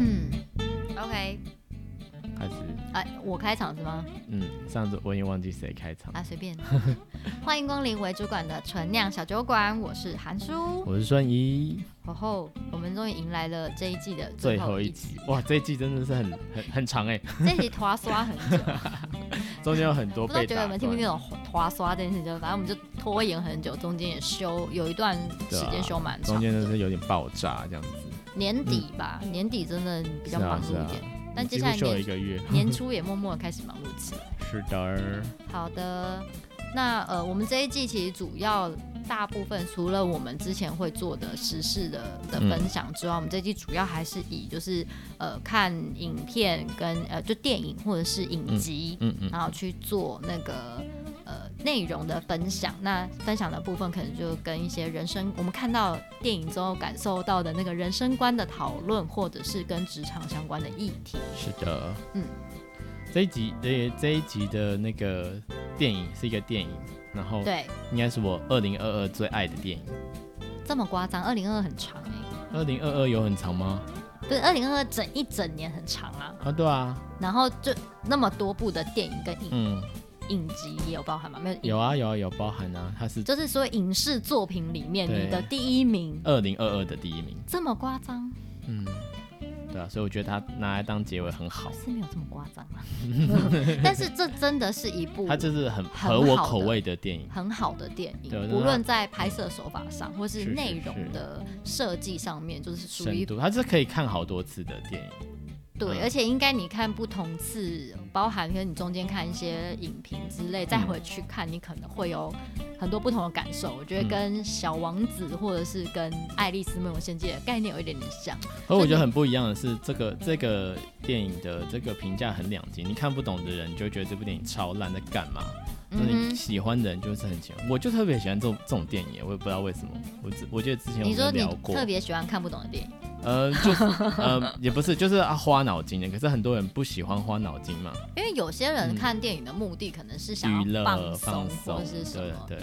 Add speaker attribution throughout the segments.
Speaker 1: 嗯哎、我开场是吗？
Speaker 2: 嗯，上次我已经忘记谁开场了。
Speaker 1: 啊，随 便。欢迎光临为主管的纯酿小酒馆，我是韩叔。
Speaker 2: 我是顺一，
Speaker 1: 然后我们终于迎来了这一季的
Speaker 2: 最
Speaker 1: 后
Speaker 2: 后一集，哇，这一季真的是很很很长哎、
Speaker 1: 这一集拖刷很 久，
Speaker 2: 中间有很多
Speaker 1: 不知道
Speaker 2: 被
Speaker 1: 觉得
Speaker 2: 打
Speaker 1: 你们听不听
Speaker 2: 断。
Speaker 1: 懂拖刷这件事情，反正我们就拖延很久，中间也休有一段时
Speaker 2: 对
Speaker 1: 间
Speaker 2: 啊
Speaker 1: 休蛮
Speaker 2: 中
Speaker 1: 长
Speaker 2: 间
Speaker 1: 的，
Speaker 2: 真的是有点爆炸这样子，
Speaker 1: 年底吧，年底真的比较
Speaker 2: 是啊
Speaker 1: 忙碌
Speaker 2: 是啊
Speaker 1: 一点，但接
Speaker 2: 几
Speaker 1: 下
Speaker 2: 乎
Speaker 1: 来
Speaker 2: 休了一
Speaker 1: 年
Speaker 2: 个月。
Speaker 1: 年初也默默地开始忙碌起来。
Speaker 2: 是的，
Speaker 1: 好的，那呃，我们这一季其实主要大部分除了我们之前会做的时事的的
Speaker 2: 嗯
Speaker 1: 分享之外，我们这一季主要还是以就是呃看影片跟呃就电影或者是影集，
Speaker 2: 嗯嗯，
Speaker 1: 然后去做那个。呃，内容的分享，那分享的部分可能就跟一些人生，我们看到电影之后感受到的那个人生观的讨论，或者是跟职场相关的议题。
Speaker 2: 是的，
Speaker 1: 嗯
Speaker 2: 嗯。这一集这这一集的那个电影是一个电影，然后
Speaker 1: 对，
Speaker 2: 应该是我二零二二最爱的电影。
Speaker 1: 这么夸张，二零二很长哎、
Speaker 2: 二零二二有很长吗？
Speaker 1: 不是二零二二整一整年很长啊，
Speaker 2: 啊，对啊，
Speaker 1: 然后就那么多部的电影跟影、
Speaker 2: 嗯，
Speaker 1: 影集也有包含吗？没有影，
Speaker 2: 有啊有啊有包含啊，它是
Speaker 1: 就是说影视作品里面
Speaker 2: 对
Speaker 1: 你的第一名
Speaker 2: 二零二二的第一名。
Speaker 1: 这么夸张，
Speaker 2: 嗯，对啊，所以我觉得它拿来当结尾很好，
Speaker 1: 哦是没有这么夸张 啊，但是这真的是一部
Speaker 2: 它这是很
Speaker 1: 很好
Speaker 2: 合
Speaker 1: 的
Speaker 2: 我口味的电影。
Speaker 1: 很好的电影
Speaker 2: 对，那
Speaker 1: 无
Speaker 2: 它
Speaker 1: 论在拍摄手法上，或是
Speaker 2: 是是
Speaker 1: 内容的设计上面，就是属
Speaker 2: 深
Speaker 1: 于
Speaker 2: 度，它是可以看好多次的电影，
Speaker 1: 对，
Speaker 2: 嗯
Speaker 1: 而且应该你看不同次，包含跟你中间看一些影评之类，再
Speaker 2: 嗯
Speaker 1: 回去看，你可能会有很多不同的感受。我觉得跟《小王子》或者是跟《爱丽丝梦游仙境》的概念有一点点像。
Speaker 2: 而我觉得很不一样的是，这个这个电影的这个评价很两极，你看不懂的人就会觉得这部电影超烂，在干嘛？那你
Speaker 1: 嗯
Speaker 2: 喜欢的人就是很喜欢，我就特别喜欢这种这种电影，我也不知道为什么。我只我记得之前
Speaker 1: 哼，
Speaker 2: 我
Speaker 1: 你说
Speaker 2: 们
Speaker 1: 你
Speaker 2: 聊过，
Speaker 1: 特别喜欢看不懂的电影，
Speaker 2: 呃，就是呃，也不是，就是啊花脑筋的。可是很多人不喜欢花脑筋嘛，
Speaker 1: 因为有些人
Speaker 2: 嗯
Speaker 1: 看电影的目的可能是想
Speaker 2: 娱
Speaker 1: 要
Speaker 2: 乐
Speaker 1: 放
Speaker 2: 放
Speaker 1: 松
Speaker 2: 松
Speaker 1: 或者是，什
Speaker 2: 对
Speaker 1: 么。
Speaker 2: 对，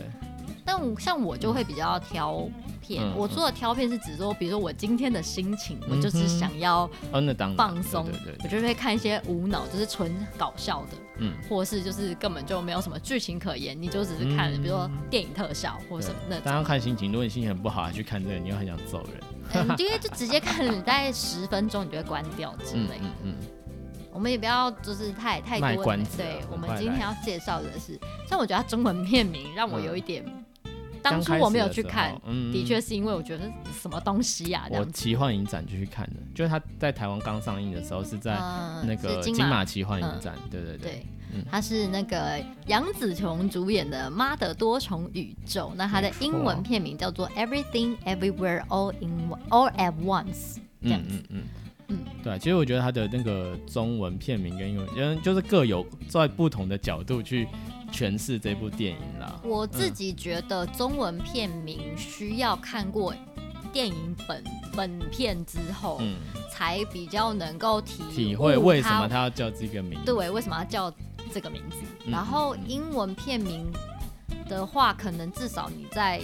Speaker 1: 但我像我就会比较挑片，
Speaker 2: 嗯
Speaker 1: 我说的挑片是指说，比如说我今天的心情，我就
Speaker 2: 嗯
Speaker 1: 是
Speaker 2: 哼
Speaker 1: 想要
Speaker 2: 哦，那当然
Speaker 1: 放松
Speaker 2: 对对对，
Speaker 1: 我就会看一些无脑，就是纯搞笑的。
Speaker 2: 嗯，
Speaker 1: 或是就是根本就没有什么剧情可言，你就只是看，
Speaker 2: 嗯
Speaker 1: 比如说电影特效或什么那种，
Speaker 2: 当然看心情，如果你心情很不好，还去看这个，你又很想走人。
Speaker 1: 嗯，因为就直接看了，你大概十分钟你就会关掉之
Speaker 2: 嗯
Speaker 1: 类的。
Speaker 2: 嗯嗯，
Speaker 1: 我们也不要就是太太
Speaker 2: 卖
Speaker 1: 多
Speaker 2: 关子
Speaker 1: 对
Speaker 2: 啊
Speaker 1: 我们
Speaker 2: 快
Speaker 1: 今天要介绍的是，像我觉得它中文片名让我有一点，当初
Speaker 2: 嗯刚开始
Speaker 1: 我没有
Speaker 2: 的
Speaker 1: 去
Speaker 2: 时候
Speaker 1: 看，，
Speaker 2: 嗯
Speaker 1: 的确。是因为我觉得什么东西呀、这
Speaker 2: 我
Speaker 1: 样子，
Speaker 2: 奇幻影展就去看了，就是他在台湾刚上映的时候是在
Speaker 1: 嗯
Speaker 2: 那个
Speaker 1: 是
Speaker 2: 金
Speaker 1: 马
Speaker 2: 马奇幻影展，对
Speaker 1: 对
Speaker 2: 对对，嗯，
Speaker 1: 它是那个杨紫琼主演的《妈的多重宇宙》，那它的英文片名叫做《Everything Everywhere All in One- All at Once》这样
Speaker 2: 嗯
Speaker 1: 子
Speaker 2: 嗯。嗯
Speaker 1: 嗯
Speaker 2: 嗯，对啊，其实我觉得他的那个中文片名跟英文，因为就是各有在不同的角度去诠释这部电影啦。
Speaker 1: 我自己觉得中文片名需要看过电影本本片之后，
Speaker 2: 嗯，
Speaker 1: 才比较能够体
Speaker 2: 体
Speaker 1: 悟
Speaker 2: 会为什
Speaker 1: 它
Speaker 2: 么他要叫这个名字。
Speaker 1: 对，为什么要叫这个名字？
Speaker 2: 嗯
Speaker 1: 然后
Speaker 2: 嗯嗯
Speaker 1: 英文片名的话，可能至少你在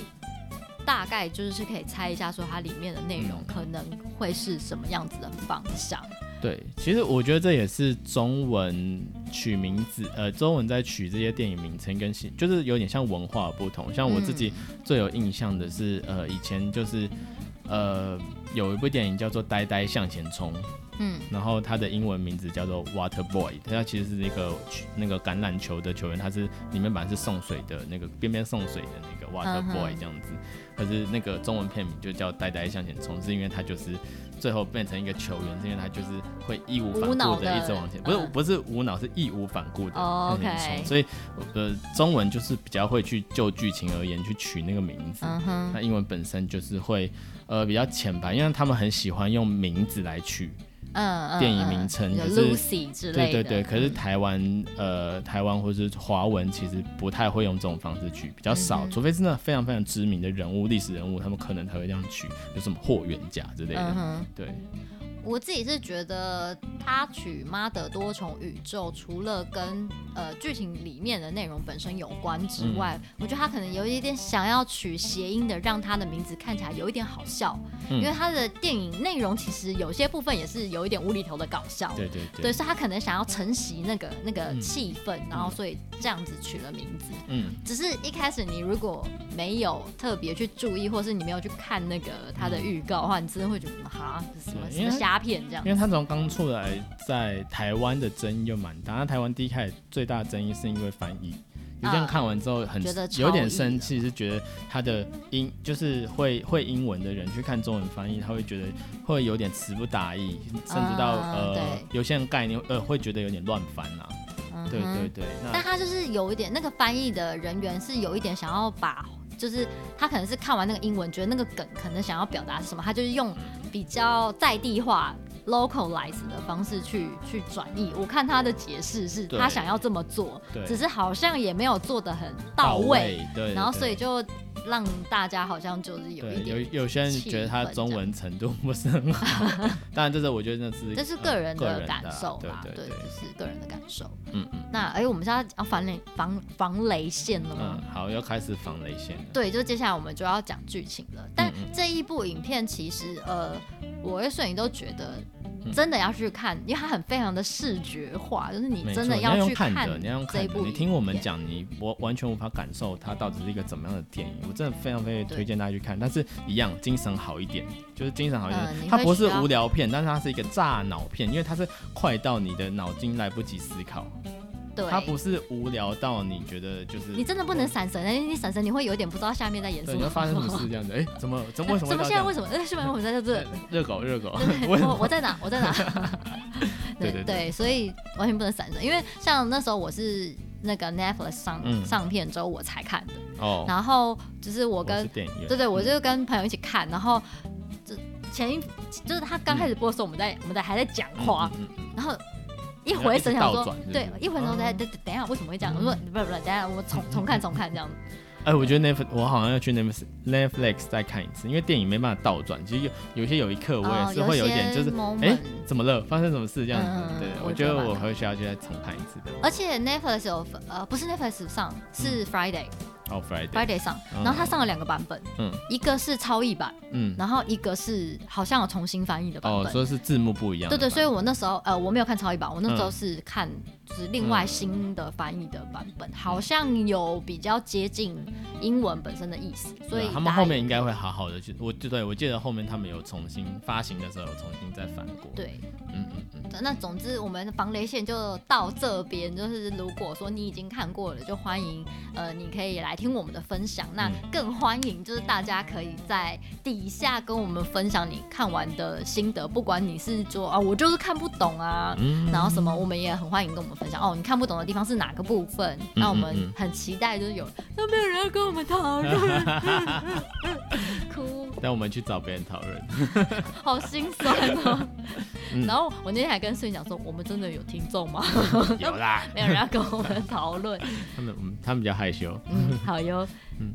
Speaker 1: 大概就是可以猜一下，说它里面的内容
Speaker 2: 嗯
Speaker 1: 可能会是什么样子的方向。
Speaker 2: 对，其实我觉得这也是中文取名字，呃，中文在取这些电影名称跟戏，就是有点像文化的不同。像我自己
Speaker 1: 嗯
Speaker 2: 最有印象的是，呃，以前就是呃有一部电影叫做《呆呆向前冲》，
Speaker 1: 嗯，
Speaker 2: 然后它的英文名字叫做 Water Boy，它其实是那个那个橄榄球的球员，他是里面本来是送水的那个边边送水的那个 Water
Speaker 1: 嗯哼
Speaker 2: Boy 这样子，可是那个中文片名就叫呆呆向前冲，是因为他就是最后变成一个球员，是因为他就是会义无反
Speaker 1: 无脑
Speaker 2: 顾
Speaker 1: 的
Speaker 2: 的一直往前，不是
Speaker 1: 嗯
Speaker 2: 不是无脑，是义无反顾的
Speaker 1: 哦
Speaker 2: 向前
Speaker 1: OK
Speaker 2: 冲，所以呃中文就是比较会去就剧情而言去取那个名字，
Speaker 1: 嗯哼，
Speaker 2: 那英文本身就是会呃比较浅白，因为他们很喜欢用名字来取。
Speaker 1: 嗯嗯，
Speaker 2: 电影
Speaker 1: 嗯
Speaker 2: 名称
Speaker 1: 有
Speaker 2: 可是
Speaker 1: Lucy 之类的。
Speaker 2: 对对对，可是
Speaker 1: 嗯
Speaker 2: 台湾呃，台湾或是华文其实不太会用这种方式取，比较少，
Speaker 1: 嗯哼
Speaker 2: 除非真的非常非常知名的人物、历史人物，他们可能才会这样取，有什么霍元甲之类的。
Speaker 1: 嗯哼，
Speaker 2: 对，
Speaker 1: 我自己是觉得他取《妈的多重宇宙》，除了跟呃剧情里面的内容本身有关之外，
Speaker 2: 嗯
Speaker 1: 我觉得他可能有一点想要取谐音的，让他的名字看起来有一点好笑，
Speaker 2: 嗯
Speaker 1: 因为他的电影内容其实有些部分也是有一点无厘头的搞笑。
Speaker 2: 对对
Speaker 1: 对，，所以他可能想要承袭那个那个
Speaker 2: 嗯
Speaker 1: 气氛，然后所以这样子取了名字。
Speaker 2: 嗯，
Speaker 1: 只是一开始你如果没有特别去注意，或是你没有去看那个它的预告的话，你真的会觉得嗯哈这是什么
Speaker 2: 对
Speaker 1: 什
Speaker 2: 因为
Speaker 1: 么虾片这样
Speaker 2: 因。为他从刚出来，在台湾的争议就蛮大。那台湾第一开始最大的争议是因为翻译，有些人看完之后很、
Speaker 1: 嗯觉得超啊
Speaker 2: 有点生气，是觉得他的英就是会会英文的人去看中文翻译，他会觉得会有点词不达意，甚至到、
Speaker 1: 啊
Speaker 2: 呃
Speaker 1: 对
Speaker 2: 有些人概念呃会觉得有点乱翻啦、
Speaker 1: 嗯
Speaker 2: 对
Speaker 1: 哼
Speaker 2: 对对，
Speaker 1: 但
Speaker 2: 那
Speaker 1: 他就是有一点那个翻译的人员是有一点想要把，就是他可能是看完那个英文，觉得那个梗可能想要表达是什么，他就是用比较在地化。localize 的方式去 去转译，我看他的解释是
Speaker 2: 对
Speaker 1: 他想要这么做，
Speaker 2: 对
Speaker 1: 只是好像也没有做的很
Speaker 2: 到
Speaker 1: 到位，
Speaker 2: 对，
Speaker 1: 然后所
Speaker 2: 对
Speaker 1: 以就让大家好像就是有一
Speaker 2: 对，
Speaker 1: 点
Speaker 2: 有有些人觉得他中文程度不是很好， 当然这是我觉得那是
Speaker 1: 这是
Speaker 2: 呃
Speaker 1: 个人
Speaker 2: 个
Speaker 1: 的
Speaker 2: 人
Speaker 1: 感
Speaker 2: 啊
Speaker 1: 受啦，
Speaker 2: 对
Speaker 1: 对，
Speaker 2: 对对，
Speaker 1: 这是个人的感受。
Speaker 2: 嗯嗯
Speaker 1: 那哎、我们现在要防雷防防雷线了吗？
Speaker 2: 嗯，好，要开始防雷线了。
Speaker 1: 对，就接下来我们就要讲剧情了。但
Speaker 2: 嗯嗯
Speaker 1: 这一部影片其实，呃，我跟摄影都觉得
Speaker 2: 嗯
Speaker 1: 真的要去看，因为它很非常的视觉化，就是你
Speaker 2: 没
Speaker 1: 真
Speaker 2: 错
Speaker 1: 的
Speaker 2: 你要
Speaker 1: 去
Speaker 2: 用
Speaker 1: 看
Speaker 2: 的，你要用
Speaker 1: 这
Speaker 2: 看
Speaker 1: 一
Speaker 2: 的。
Speaker 1: 部。
Speaker 2: 你听我们，讲，你我完全无法感受它到底是一个怎么样的电影。我真的非常非常
Speaker 1: 对
Speaker 2: 推荐大家去看，但是一样精神好一点，就是精神好一点。
Speaker 1: 嗯你会
Speaker 2: 它不
Speaker 1: 需
Speaker 2: 是
Speaker 1: 要
Speaker 2: 无聊片，但是它是一个炸脑片，因为它是快到你的脑筋来不及思考，
Speaker 1: 对，
Speaker 2: 它不是无聊到你觉得就是
Speaker 1: 你真的不能闪神，哎你闪神你会有点不知道下面在演什
Speaker 2: 对
Speaker 1: 么。
Speaker 2: 你会发生 什么事这样子？哎，怎么怎么为什
Speaker 1: 怎
Speaker 2: 么会
Speaker 1: 么现
Speaker 2: 到这
Speaker 1: 在
Speaker 2: 样
Speaker 1: 为？什么？哎，是吧？我们在这
Speaker 2: 对，热狗热 狗，为什
Speaker 1: 我我在哪？我在哪？
Speaker 2: 对对对
Speaker 1: 对所以完全不能闪着，因为像那时候我是那个 Netflix 上、
Speaker 2: 嗯
Speaker 1: 上片之后我才看的，
Speaker 2: 哦，
Speaker 1: 然后就是我
Speaker 2: 我
Speaker 1: 跟
Speaker 2: 是嗯电影院，
Speaker 1: 对对，我就跟朋友一起看，然后就前一就是他刚开始播的时候，我们在、我们在还在讲
Speaker 2: 嗯
Speaker 1: 话，，
Speaker 2: 嗯嗯嗯
Speaker 1: 然后一回神想
Speaker 2: 要一直倒
Speaker 1: 说
Speaker 2: 转是不，是嗯
Speaker 1: 对，一回神在等等一下为什么会这样？我说不不，等一下我重重看重看这样子，
Speaker 2: 哎，我觉得 Netflix 我好像要去 Netflix Netflix 再看一次，因为电影没办法倒转，其实有有些有一刻我也是
Speaker 1: 哦
Speaker 2: 会有一
Speaker 1: 些
Speaker 2: 点就是，
Speaker 1: moment
Speaker 2: 哎、怎么了？发生什么事这样子？
Speaker 1: 嗯
Speaker 2: 对，
Speaker 1: 我
Speaker 2: 我
Speaker 1: 觉
Speaker 2: 觉
Speaker 1: 得
Speaker 2: 得
Speaker 1: 蛮
Speaker 2: 我会需要去再重看一次的。
Speaker 1: 而且 Netflix 有呃不是 Netflix 上
Speaker 2: 嗯
Speaker 1: 是 Friday、
Speaker 2: 哦，Friday，
Speaker 1: Friday 上，
Speaker 2: 嗯
Speaker 1: 然后它上了两个版本，
Speaker 2: 嗯
Speaker 1: 一个是超译版，
Speaker 2: 嗯，
Speaker 1: 然后一个是好像有重新翻译的版
Speaker 2: 哦，
Speaker 1: 本。
Speaker 2: 说是字幕不一样
Speaker 1: 对
Speaker 2: 的
Speaker 1: 对，
Speaker 2: 版本。
Speaker 1: 所以我那时候呃我没有看超译版，我那时候
Speaker 2: 嗯
Speaker 1: 是看就是另外新的翻译的版
Speaker 2: 嗯
Speaker 1: 本，好像有比较接近英文本身的意思，所
Speaker 2: 对
Speaker 1: 以
Speaker 2: 啊他们
Speaker 1: 大家
Speaker 2: 后面应该会好好的去，我就对我记得后面他们有重新发行的时候有重新再翻过。，
Speaker 1: 对。
Speaker 2: 嗯嗯嗯，
Speaker 1: 那总之，我们的防雷线就到这边。就是如果说你已经看过了，就欢迎呃，你可以来听我们的分享。那
Speaker 2: 嗯
Speaker 1: 更欢迎就是大家可以在底下跟我们分享你看完的心得，不管你是说啊，我就是看不懂啊。
Speaker 2: 嗯
Speaker 1: 然后什么，我们也很欢迎跟我们分享哦。你看不懂的地方是哪个部分？那我们
Speaker 2: 嗯嗯
Speaker 1: 很期待，就是有都没有人要跟我们讨论， 哭，
Speaker 2: 但我们去找别人讨论。
Speaker 1: 好心酸哦。
Speaker 2: 嗯
Speaker 1: 然后我那天还跟孙颖讲说，我们真的有听众吗？
Speaker 2: 有啦，
Speaker 1: 没有人要跟我们讨论。
Speaker 2: 他们嗯他们比较害羞。
Speaker 1: 嗯， 好哟。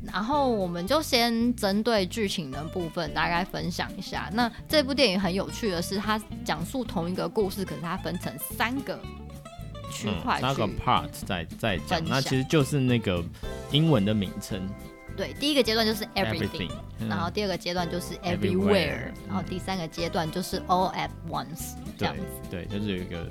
Speaker 1: 然后我们就先针对剧情的部分大概分享一下。那这部电影很有趣的是，它讲述同一个故事，可是它分成三个区块
Speaker 2: 嗯那
Speaker 1: 去。
Speaker 2: 个 part 再再讲，
Speaker 1: 分
Speaker 2: 那
Speaker 1: 享
Speaker 2: 其实就是那个英文的名称
Speaker 1: 对，第一个阶段就是 everything，
Speaker 2: everything，嗯
Speaker 1: 然后第二个阶段就是
Speaker 2: Everywhere，
Speaker 1: everywhere，然后第三个阶段就是 all at once 这
Speaker 2: 对
Speaker 1: 样子。
Speaker 2: 对，就是有一个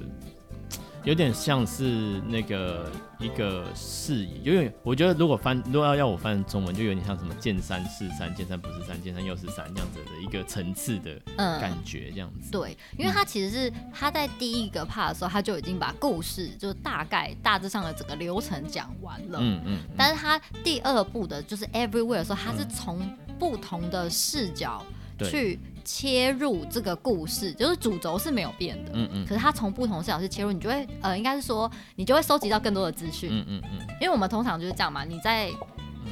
Speaker 2: 有点像是那个一个视野，有点我觉得如果翻如果要要我翻中文，就有点像什么见山是山，见山不是山，见山又是山这样子的一个层次的感
Speaker 1: 嗯。
Speaker 2: 觉，这样子。
Speaker 1: 对，因
Speaker 2: 嗯
Speaker 1: 为它其实是他在第一个 part 的时候，他就已经把故事就大概大致上的整个流程讲完了。
Speaker 2: 嗯嗯，嗯
Speaker 1: 但是他第二部的就是 Everywhere 的时候，他是从不同的视角
Speaker 2: 对
Speaker 1: 去切入这个故事，就是主轴是没有变的。
Speaker 2: 嗯嗯
Speaker 1: 可是他从不同视角去切入，你就会呃，应该是说你就会收集到更多的资讯，
Speaker 2: 嗯嗯嗯，
Speaker 1: 因为我们通常就是这样嘛，你在。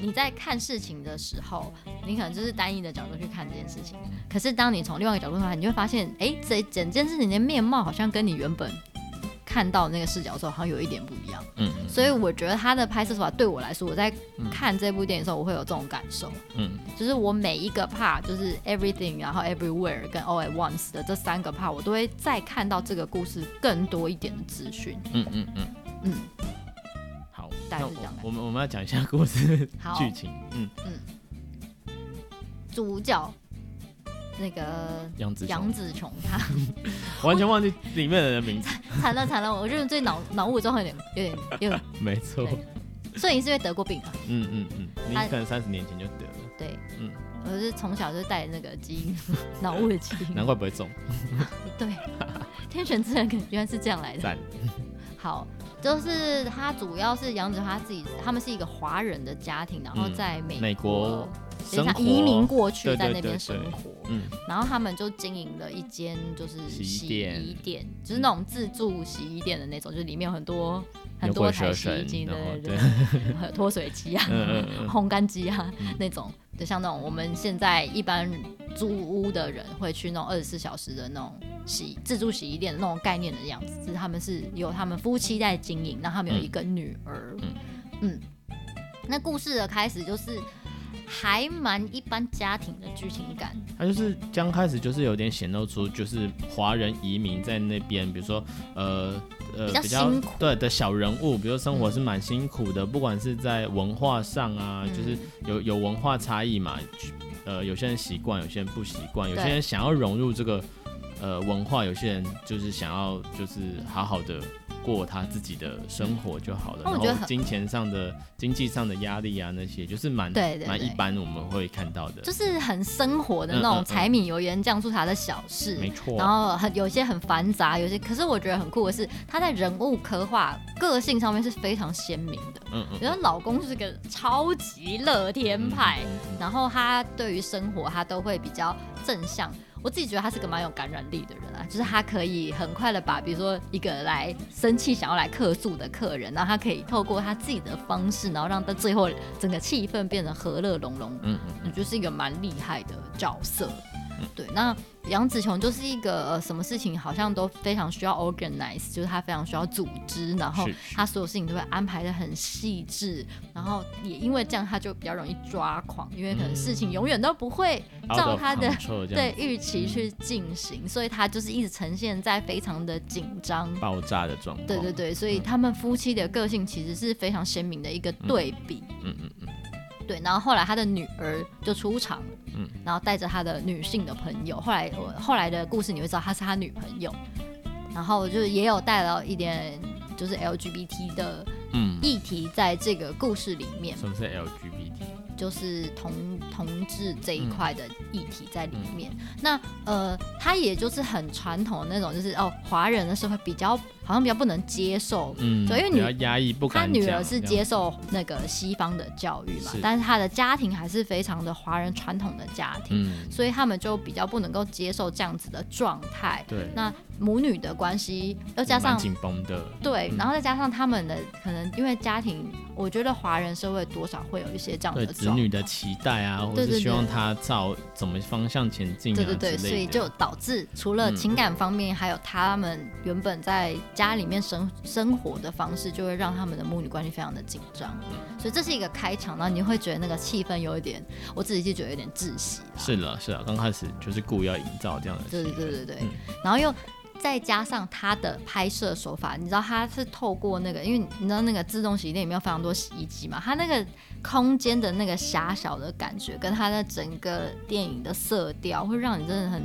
Speaker 1: 你在看事情的时候，你可能就是单一的角度去看这件事情。可是当你从另外一个角度看，你就会发现，哎、这整件事情的面貌好像跟你原本看到那个视角的时候，好像有一点不一样。
Speaker 2: 嗯
Speaker 1: 所以我觉得他的拍摄手法对我来说，我在看这部电影的时候，我会有这种感受，
Speaker 2: 嗯
Speaker 1: 就是我每一个 part，就是 everything，然后 everywhere 跟 all at once 的这三个 part，我都会再看到这个故事更多一点的资讯。
Speaker 2: 嗯嗯嗯
Speaker 1: 嗯，
Speaker 2: 好，
Speaker 1: 大
Speaker 2: 那
Speaker 1: 致
Speaker 2: 我
Speaker 1: 这样
Speaker 2: 我们我们要讲一下故事
Speaker 1: 好，
Speaker 2: 剧情，嗯，
Speaker 1: 主角那个
Speaker 2: 杨紫
Speaker 1: 杨
Speaker 2: 琼，
Speaker 1: 紫琼，她
Speaker 2: 完全忘记里面的人的名字，
Speaker 1: 惨了惨了，我就是最脑脑雾中有点有点有点，
Speaker 2: 没错，
Speaker 1: 对所以你是因为得过病啊？
Speaker 2: 嗯嗯嗯，你
Speaker 1: 他
Speaker 2: 可能三十年前就得了，
Speaker 1: 对，
Speaker 2: 嗯
Speaker 1: 我是从小就带那个基因脑雾的基因，
Speaker 2: 难怪不会中，
Speaker 1: 对，天选之人感原来是这样来的。
Speaker 2: 赞，
Speaker 1: 好，就是他主要是杨子他自己，他们是一个华人的家庭，然后
Speaker 2: 嗯
Speaker 1: 在美
Speaker 2: 美
Speaker 1: 国
Speaker 2: 国，
Speaker 1: 有
Speaker 2: 生
Speaker 1: 点像
Speaker 2: 活
Speaker 1: 移民，过去，
Speaker 2: 对
Speaker 1: 在
Speaker 2: 对
Speaker 1: 那边
Speaker 2: 对
Speaker 1: 生
Speaker 2: 对
Speaker 1: 活，
Speaker 2: 嗯
Speaker 1: 然后他们就经营了一间就是
Speaker 2: 洗衣
Speaker 1: 洗
Speaker 2: 店
Speaker 1: 衣店，就是那种自助洗衣店的那种，就是里面有很多很
Speaker 2: 嗯有
Speaker 1: 多
Speaker 2: 会
Speaker 1: 台
Speaker 2: 蛇
Speaker 1: 洗衣
Speaker 2: 神
Speaker 1: 机，，
Speaker 2: 然后
Speaker 1: 对对
Speaker 2: 对，
Speaker 1: 对，还有 脱水机啊，
Speaker 2: 嗯嗯嗯
Speaker 1: 烘干机啊、
Speaker 2: 嗯
Speaker 1: 那种，就像那种我们现在一般租屋的人会去那种二十四小时的那种洗自助洗衣店的那种概念的样子，只是他们是有他们夫妻在经营，然后他们有一个女儿，嗯
Speaker 2: 嗯
Speaker 1: 那故事的开始就是还蛮一般家庭的剧情感，
Speaker 2: 他就是刚开始就是有点显露出，就是华人移民在那边，比如说呃呃
Speaker 1: 比较辛苦
Speaker 2: 对的小人物，比如说生活是蛮辛苦的，不管是在文化上啊，
Speaker 1: 嗯
Speaker 2: 就是有有文化差异嘛，呃，有些人习惯，有些人不习惯，有些
Speaker 1: 对
Speaker 2: 人想要融入这个呃文化，有些人就是想要就是好好的。过他自己的生活就好了，
Speaker 1: 那我
Speaker 2: 然
Speaker 1: 觉得
Speaker 2: 后
Speaker 1: 很
Speaker 2: 金钱上的、经济上的压力啊，那些就是蛮
Speaker 1: 对对
Speaker 2: 蛮一
Speaker 1: 对
Speaker 2: 般我们会看到的，
Speaker 1: 就是很生活的那
Speaker 2: 嗯嗯
Speaker 1: 种
Speaker 2: 嗯
Speaker 1: 柴米油盐酱醋茶的小事，
Speaker 2: 没错。啊
Speaker 1: 然后很有些很繁杂，有些可是我觉得很酷的是，他在人物刻画、个性上面是非常鲜明的。
Speaker 2: 嗯嗯
Speaker 1: 我觉得老公是个超级乐天派，
Speaker 2: 嗯嗯嗯
Speaker 1: 然后他对于生活他都会比较正向。我自己觉得他是个蛮有感染力的人啊，就是他可以很快的把，比如说一个来生气想要来客诉的客人，然后他可以透过他自己的方式，然后让到最后整个气氛变得和乐融融
Speaker 2: 嗯嗯
Speaker 1: 我觉得是一个蛮厉害的角色。对，那杨紫琼就是一个、呃、什么事情好像都非常需要 organize，就是她非常需要组织，然后
Speaker 2: 是是
Speaker 1: 她所有事情都会安排的很细致，然后也因为这样，她就比较容易抓狂，因为可能事情永远都不会
Speaker 2: ，out
Speaker 1: 照
Speaker 2: of
Speaker 1: 她的
Speaker 2: control 嗯这样
Speaker 1: 对
Speaker 2: 嗯
Speaker 1: 预期去进行，所以她就是一直呈现在非常的紧张。
Speaker 2: 爆炸的状况。
Speaker 1: 对对对，所以
Speaker 2: 嗯
Speaker 1: 他们夫妻的个性其实是非常鲜明的一个对比。
Speaker 2: 嗯嗯嗯，
Speaker 1: 对，然后后来他的女儿就出场，嗯
Speaker 2: 嗯，
Speaker 1: 然后带着他的女性的朋友，后来我后来的故事你会知道她是他女朋友，然后就是也有带到一点就是 LGBT 的
Speaker 2: 嗯
Speaker 1: 议题在这个故事里面，
Speaker 2: 什么是 LGBT？
Speaker 1: 就是同同志这
Speaker 2: 嗯
Speaker 1: 一块的议题在里面。那呃，他也就是很传统的那种，就是哦，华人的社会比较好像比较不能接受
Speaker 2: 嗯，
Speaker 1: 对因为
Speaker 2: 比
Speaker 1: 女
Speaker 2: 较压抑，不
Speaker 1: 他
Speaker 2: 敢
Speaker 1: 女
Speaker 2: 讲
Speaker 1: 儿是
Speaker 2: 这样
Speaker 1: 接受那个西方的教育嘛
Speaker 2: 是，
Speaker 1: 但是他的家庭还是非常的华人传统的家庭，
Speaker 2: 嗯，
Speaker 1: 所以他们就比较不能够接受这样子的状态。
Speaker 2: 对，
Speaker 1: 那母女的关系，又加
Speaker 2: 蛮
Speaker 1: 上
Speaker 2: 紧绷的，
Speaker 1: 对，
Speaker 2: 嗯
Speaker 1: 然后再加上他们的可能因为家庭，我觉得华人社会多少会有一些这样
Speaker 2: 对
Speaker 1: 的
Speaker 2: 子
Speaker 1: 状
Speaker 2: 女
Speaker 1: 况。
Speaker 2: 的期待啊，或
Speaker 1: 对对
Speaker 2: 是希
Speaker 1: 对
Speaker 2: 望他照怎么方向前进啊
Speaker 1: 对对对，
Speaker 2: 之
Speaker 1: 所
Speaker 2: 类
Speaker 1: 以
Speaker 2: 的
Speaker 1: 就导致除了
Speaker 2: 嗯
Speaker 1: 情感方面，还有他们原本在家里面生生活的方式，就会让他们的母女关系非常的紧张。所以这是一个开场，然后你会觉得那个气氛有一点，我自己是觉得有点窒息啊啦。
Speaker 2: 是了是了，刚开始就是故意要营造这样的
Speaker 1: 对
Speaker 2: 气
Speaker 1: 对对对
Speaker 2: 氛，
Speaker 1: 对，
Speaker 2: 嗯
Speaker 1: 然后又再加上它的拍摄手法，你知道它是透过那个，因为你知道那个自动洗衣店里面有非常多洗衣机嘛，它那个空间的那个狭小的感觉，跟它的整个电影的色调，会让你真的很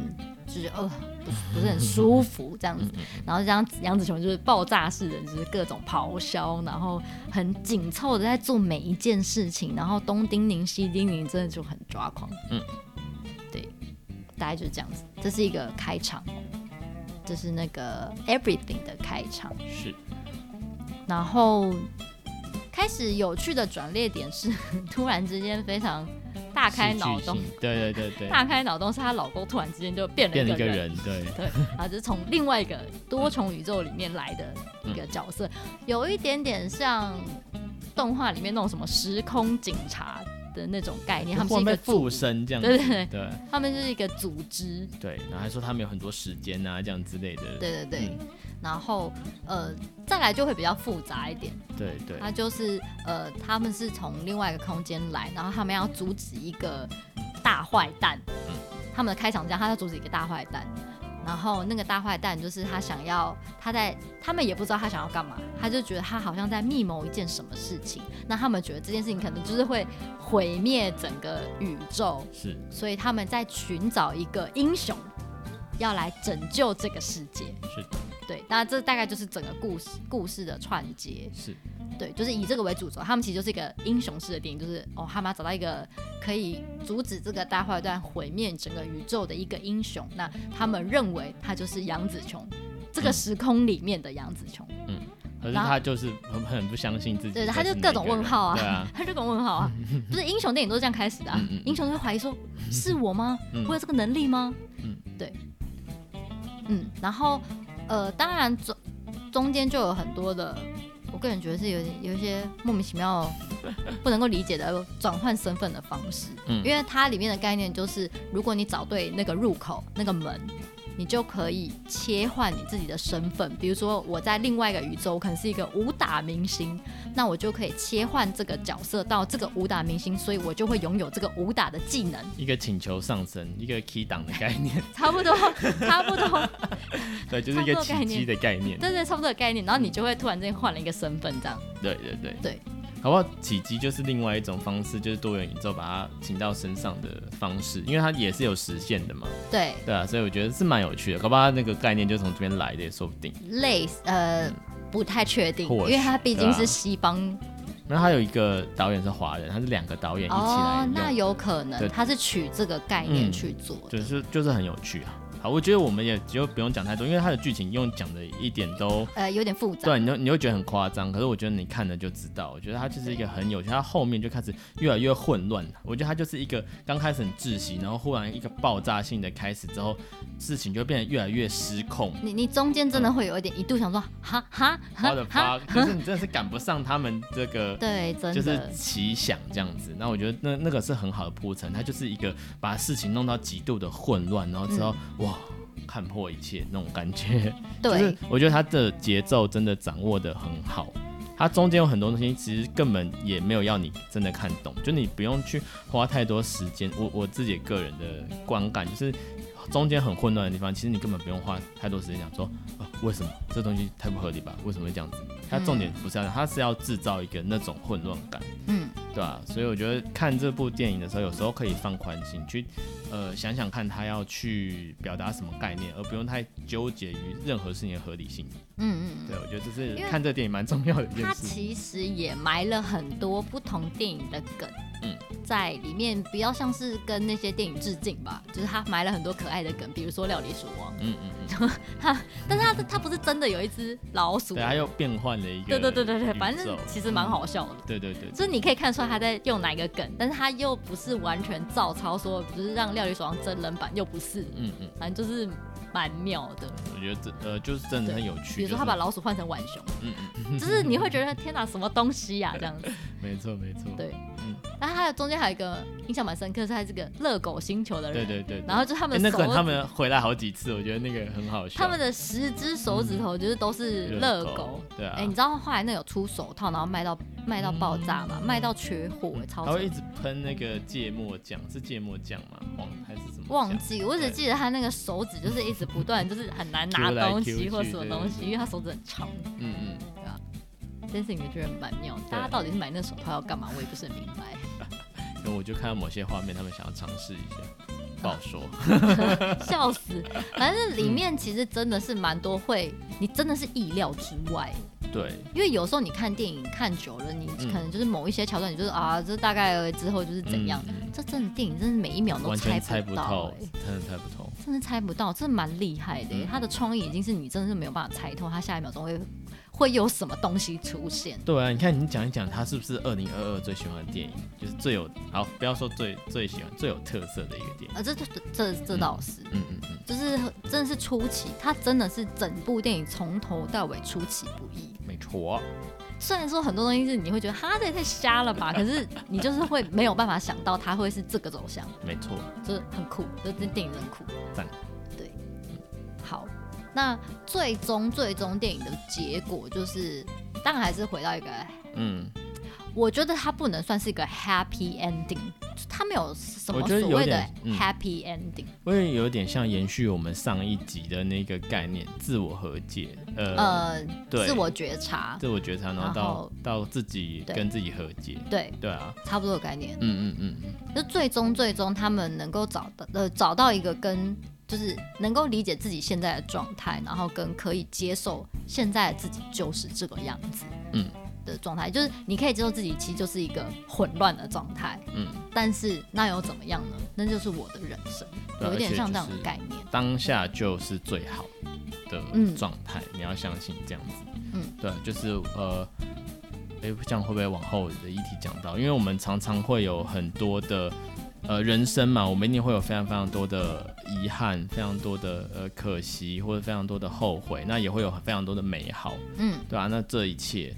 Speaker 1: 就是呃不是不是很舒服这样
Speaker 2: 嗯
Speaker 1: 子。然后这样杨紫琼就是爆炸式的，就是各种咆哮，然后很紧凑的在做每一件事情，然后东叮咛西叮咛，真的就很抓狂。
Speaker 2: 嗯，
Speaker 1: 对，大概就是这样子。这是一个开场，这是那个 Everything 的开场。
Speaker 2: 是
Speaker 1: 然后开始有趣的转捩点是， 突然之间非常大开脑洞
Speaker 2: 戏，剧性对对 对对，
Speaker 1: 大开脑洞是她老公突然之间就变了
Speaker 2: 变
Speaker 1: 一
Speaker 2: 了
Speaker 1: 个
Speaker 2: 一个
Speaker 1: 人，
Speaker 2: 人，对，
Speaker 1: 对，啊，就是从另外一个多重宇宙里面来的一个角色，有一点点像动画里面那种什么时空警察的那种概念，他们
Speaker 2: 突
Speaker 1: 是
Speaker 2: 然
Speaker 1: 一
Speaker 2: 被
Speaker 1: 个组
Speaker 2: 附，身这样子，
Speaker 1: 对对
Speaker 2: 对
Speaker 1: 他们就是一个组织，
Speaker 2: 对，然后还说他们有很多时间啊，这样之类的，
Speaker 1: 对对对。
Speaker 2: 嗯
Speaker 1: 然后呃，再来就会比较复杂一点。
Speaker 2: 对对
Speaker 1: 他就是呃，他们是从另外一个空间来，然后他们要阻止一个大坏蛋。
Speaker 2: 嗯
Speaker 1: 他们的开场这样，他要阻止一个大坏蛋，然后那个大坏蛋就是他想要他在他们也不知道他想要干嘛，他就觉得他好像在密谋一件什么事情。那他们觉得这件事情可能就是会毁灭整个宇宙，
Speaker 2: 是，
Speaker 1: 所以他们在寻找一个英雄，要来拯救这个世界。
Speaker 2: 是的，
Speaker 1: 对，那这大概就是整个故事故事的串接。
Speaker 2: 是
Speaker 1: 对，就是以这个为主轴，他们其实就是一个英雄式的电影，就是哦，他们要找到一个可以阻止这个大坏蛋毁灭整个宇宙的一个英雄。那他们认为他就是杨紫琼，这
Speaker 2: 嗯
Speaker 1: 个时空里面的杨紫琼，
Speaker 2: 可是
Speaker 1: 然后
Speaker 2: 他就是很很不相信自己，
Speaker 1: 对他就
Speaker 2: 那
Speaker 1: 各种
Speaker 2: 个人
Speaker 1: 问号啊
Speaker 2: 对啊，
Speaker 1: 他这种问号 啊，不是英雄电影都是这样开始的、啊
Speaker 2: 嗯嗯嗯，
Speaker 1: 英雄就会怀疑说，是我吗？
Speaker 2: 嗯
Speaker 1: 我有这个能力吗？
Speaker 2: 嗯
Speaker 1: 对，嗯，然后呃，当然中中间就有很多的，我个人觉得是有点有一些莫名其 妙不能够理解的转换身份的方式，
Speaker 2: 嗯
Speaker 1: 因为它里面的概念就是，如果你找对那个入口那个门。你就可以切换你自己的身份，比如说我在另外一个宇宙，我可能是一个武打明星，那我就可以切换这个角色到这个武打明星，所以我就会拥有这个武打的技能。
Speaker 2: 一个请求上升，一个 key 档的概 念，
Speaker 1: 差不多，差不多，
Speaker 2: 对，就是一个
Speaker 1: 差不多概
Speaker 2: 奇迹
Speaker 1: 念
Speaker 2: 的概念，
Speaker 1: 对对，差不多的概念。然后你就会突然之间换了一个身份，这样。
Speaker 2: 对对对
Speaker 1: 对，
Speaker 2: 搞不好起机就是另外一种方式，就是多元宇宙把它请到身上的方式，因为它也是有实现的嘛，
Speaker 1: 对，
Speaker 2: 对啊，所以我觉得是蛮有趣的，搞不好它那个概念就从这边来的，也说不定。
Speaker 1: 类似呃不太确定，
Speaker 2: 或
Speaker 1: 因
Speaker 2: 许
Speaker 1: 为它毕
Speaker 2: 对
Speaker 1: 竟
Speaker 2: 啊
Speaker 1: 是西方、
Speaker 2: 那还有一个导演是华人，他是两个导演一起来
Speaker 1: 哦，那
Speaker 2: 用，
Speaker 1: 有可能
Speaker 2: 对
Speaker 1: 它是取这个概念去做的。
Speaker 2: 就是就是很有趣啊。好，我觉得我们也就不用讲太多，因为它的剧情用讲的一点都。
Speaker 1: 呃，有点复杂，
Speaker 2: 嗯对，你就你会觉得很夸张，可是我觉得你看了就知道，我觉得它就是一个很有趣，它后面就开始越来越混乱了。我觉得它就是一个刚开始很窒息，然后忽然一个爆炸性的开始之后，事情就变得越来越失控。
Speaker 1: 你你中间真的会有一点一度想说，哈哈
Speaker 2: 我
Speaker 1: 哈
Speaker 2: 的
Speaker 1: 哈，
Speaker 2: 发， 就是你真的是赶不上他们这个。
Speaker 1: 对，啊真
Speaker 2: 就是
Speaker 1: 的，
Speaker 2: 奇想这样子，那我觉得那那个是很好的铺陈，它就是一个把事情弄到极度的混乱，然后之后、
Speaker 1: 嗯
Speaker 2: 哇看破一切那种感觉。
Speaker 1: 对，嗯
Speaker 2: 就是我觉得他的节奏真的掌握的很好，他中间有很多东西其实根本也没有要你真的看懂，就你不用去花太多时间。我我自己个人的观感就是，中间很混乱的地方，其实你根本不用花太多时间讲说，哦，为什么这东西太不合理吧？为什么会这样子？它重点不是要讲，它是要制造一个那种混乱感。
Speaker 1: 嗯，
Speaker 2: 对啊，所以我觉得看这部电影的时候，有时候可以放宽心，去呃想想看他要去表达什么概念，而不用太纠结于任何事情的合理性。
Speaker 1: 嗯嗯嗯。
Speaker 2: 对，我觉得这是
Speaker 1: 因为
Speaker 2: 看这电影蛮重要的一件
Speaker 1: 它
Speaker 2: 事。
Speaker 1: 其实也埋了很多不同电影的梗，
Speaker 2: 嗯
Speaker 1: 在里面比较像是跟那些电影致敬吧，就是它埋了很多可爱的梗，比如说《料理鼠王》，
Speaker 2: 嗯嗯嗯，
Speaker 1: 但是它它不是真的有一只老鼠，
Speaker 2: 对，他又变换了一
Speaker 1: 对
Speaker 2: 个宇宙。嗯
Speaker 1: 对对对对，反正其实蛮好笑的。
Speaker 2: 对。对对对，
Speaker 1: 就是你可以看出来他在用哪一个梗，但是他又不是完全照抄说，就是让《料理鼠王》真人版又不是，
Speaker 2: 嗯嗯，
Speaker 1: 反正就是蛮妙的。
Speaker 2: 我觉得这呃就是真的很有趣。
Speaker 1: 比如说他
Speaker 2: 就
Speaker 1: 把
Speaker 2: 是
Speaker 1: 老鼠换成浣熊，
Speaker 2: 嗯嗯，
Speaker 1: 就是你会觉得天哪，什么东西呀、这样子。
Speaker 2: 没错没错。
Speaker 1: 对，
Speaker 2: 嗯
Speaker 1: 然后还有中间还有一个印象蛮深刻，是他这个热狗星球的
Speaker 2: 对
Speaker 1: 人，
Speaker 2: 对对。对
Speaker 1: 然后就他
Speaker 2: 诶
Speaker 1: 们
Speaker 2: 那
Speaker 1: 手
Speaker 2: 个他们回来好几次，我觉得那个很好笑。
Speaker 1: 他们的十只手指头就是都是热狗。，
Speaker 2: 对啊嗯
Speaker 1: 哎、，你知道后来那有出手套，然后卖到卖到爆炸嘛，卖到缺货，超
Speaker 2: 他
Speaker 1: 扯
Speaker 2: 会一直喷那个芥末酱，是芥末酱吗？黄还是什么酱？
Speaker 1: 忘记，我只
Speaker 2: 对
Speaker 1: 记得他那个手指就是一直不断，就是很难拿
Speaker 2: 揪来
Speaker 1: 东
Speaker 2: 揪去
Speaker 1: 西或什么东
Speaker 2: 对对
Speaker 1: 西，
Speaker 2: 对
Speaker 1: 因为他手指很长。
Speaker 2: 嗯嗯，
Speaker 1: 这件事情我觉得蛮妙，大家到底是买那手套要干嘛，我也不是很明白。
Speaker 2: 因为我就看到某些画面，他们想要尝试一下，不好说。
Speaker 1: 嗯笑死！反正
Speaker 2: 嗯
Speaker 1: 里面其实真的是蛮多会，你真的是意料之外，
Speaker 2: 对，
Speaker 1: 因为有时候你看电影看久了，你
Speaker 2: 嗯
Speaker 1: 可能就是某一些桥段，你就是啊，这大概之后就是 怎样。
Speaker 2: 嗯嗯
Speaker 1: 这真的电影真的每一秒都
Speaker 2: 完全
Speaker 1: 猜
Speaker 2: 猜
Speaker 1: 不
Speaker 2: 不
Speaker 1: 到
Speaker 2: 透、
Speaker 1: 欸，
Speaker 2: 真的猜不透。
Speaker 1: 真的猜不到，真的蛮厉害的欸、
Speaker 2: 嗯
Speaker 1: 他的创意已经是你真的是没有办法猜透，他下一秒钟会会有什么东西出现。
Speaker 2: 对啊，你看你讲一讲，他是不是二零二二最喜欢的电影，就是最有好，不要说最最喜欢，最有特色的一个电影。
Speaker 1: 啊，这这这这倒是，
Speaker 2: 嗯嗯嗯，
Speaker 1: 就是真的是出奇，他真的是整部电影从头到尾出其不意。
Speaker 2: 没错。啊
Speaker 1: 虽然说很多东西是你会觉得哈，这也太瞎了吧，可是你就是会没有办法想到它会是这个走向，
Speaker 2: 没错，
Speaker 1: 就是很酷，就是这电影真的很酷。
Speaker 2: 赞。
Speaker 1: 对，好，那最终最终电影的结果就是，当然还是回到一个，
Speaker 2: 嗯，
Speaker 1: 我觉得它不能算是一个 happy ending，它没有什么
Speaker 2: 我觉得
Speaker 1: 所
Speaker 2: 有
Speaker 1: 谓的
Speaker 2: 点嗯
Speaker 1: happy ending。
Speaker 2: 我也有点像延续我们上一集的那个概念，自我和解，呃，
Speaker 1: 呃，
Speaker 2: 对
Speaker 1: 自我觉察，
Speaker 2: 自我觉察，然
Speaker 1: 然
Speaker 2: 后到
Speaker 1: 后
Speaker 2: 到自己
Speaker 1: 对
Speaker 2: 跟自己和解，
Speaker 1: 对，
Speaker 2: 对啊，
Speaker 1: 差不多的概念。
Speaker 2: 嗯嗯嗯嗯，
Speaker 1: 就最终最终他们能够找到呃找到一个跟就是能够理解自己现在的状态，然后跟可以接受现在的自己就是这个样子，
Speaker 2: 嗯
Speaker 1: 的状态，就是你可以接受自己其实就是一个混乱的状态，
Speaker 2: 嗯，
Speaker 1: 但是那又怎么样呢？那就是我的人生，
Speaker 2: 对啊
Speaker 1: 有一点
Speaker 2: 而且
Speaker 1: 像这样
Speaker 2: 就
Speaker 1: 的
Speaker 2: 是
Speaker 1: 概念，
Speaker 2: 当下就是最好的
Speaker 1: 嗯
Speaker 2: 状态，你要相信这样子。
Speaker 1: 嗯，
Speaker 2: 对，就是呃，哎、这样会不会往后的议题讲到？因为我们常常会有很多的呃人生嘛，我们一定会有非常非常多的遗憾，非常多的呃可惜，或者非常多的后悔，那也会有非常多的美好，
Speaker 1: 嗯
Speaker 2: 对啊，那这一切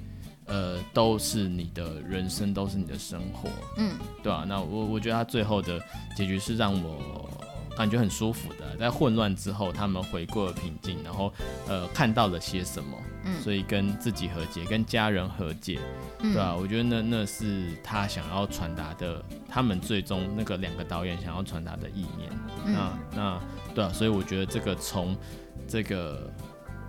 Speaker 2: 呃都是你的人生，都是你的生活，
Speaker 1: 嗯
Speaker 2: 对啊，那我我觉得他最后的结局是让我感觉很舒服的，啊在混乱之后，他们回过了平静，然后呃看到了些什么，
Speaker 1: 嗯
Speaker 2: 所以跟自己和解，跟家人和解，
Speaker 1: 嗯，
Speaker 2: 对啊，我觉得那那是他想要传达的，他们最终那个两个导演想要传达的意念。
Speaker 1: 嗯
Speaker 2: 那那对啊，所以我觉得这个从这个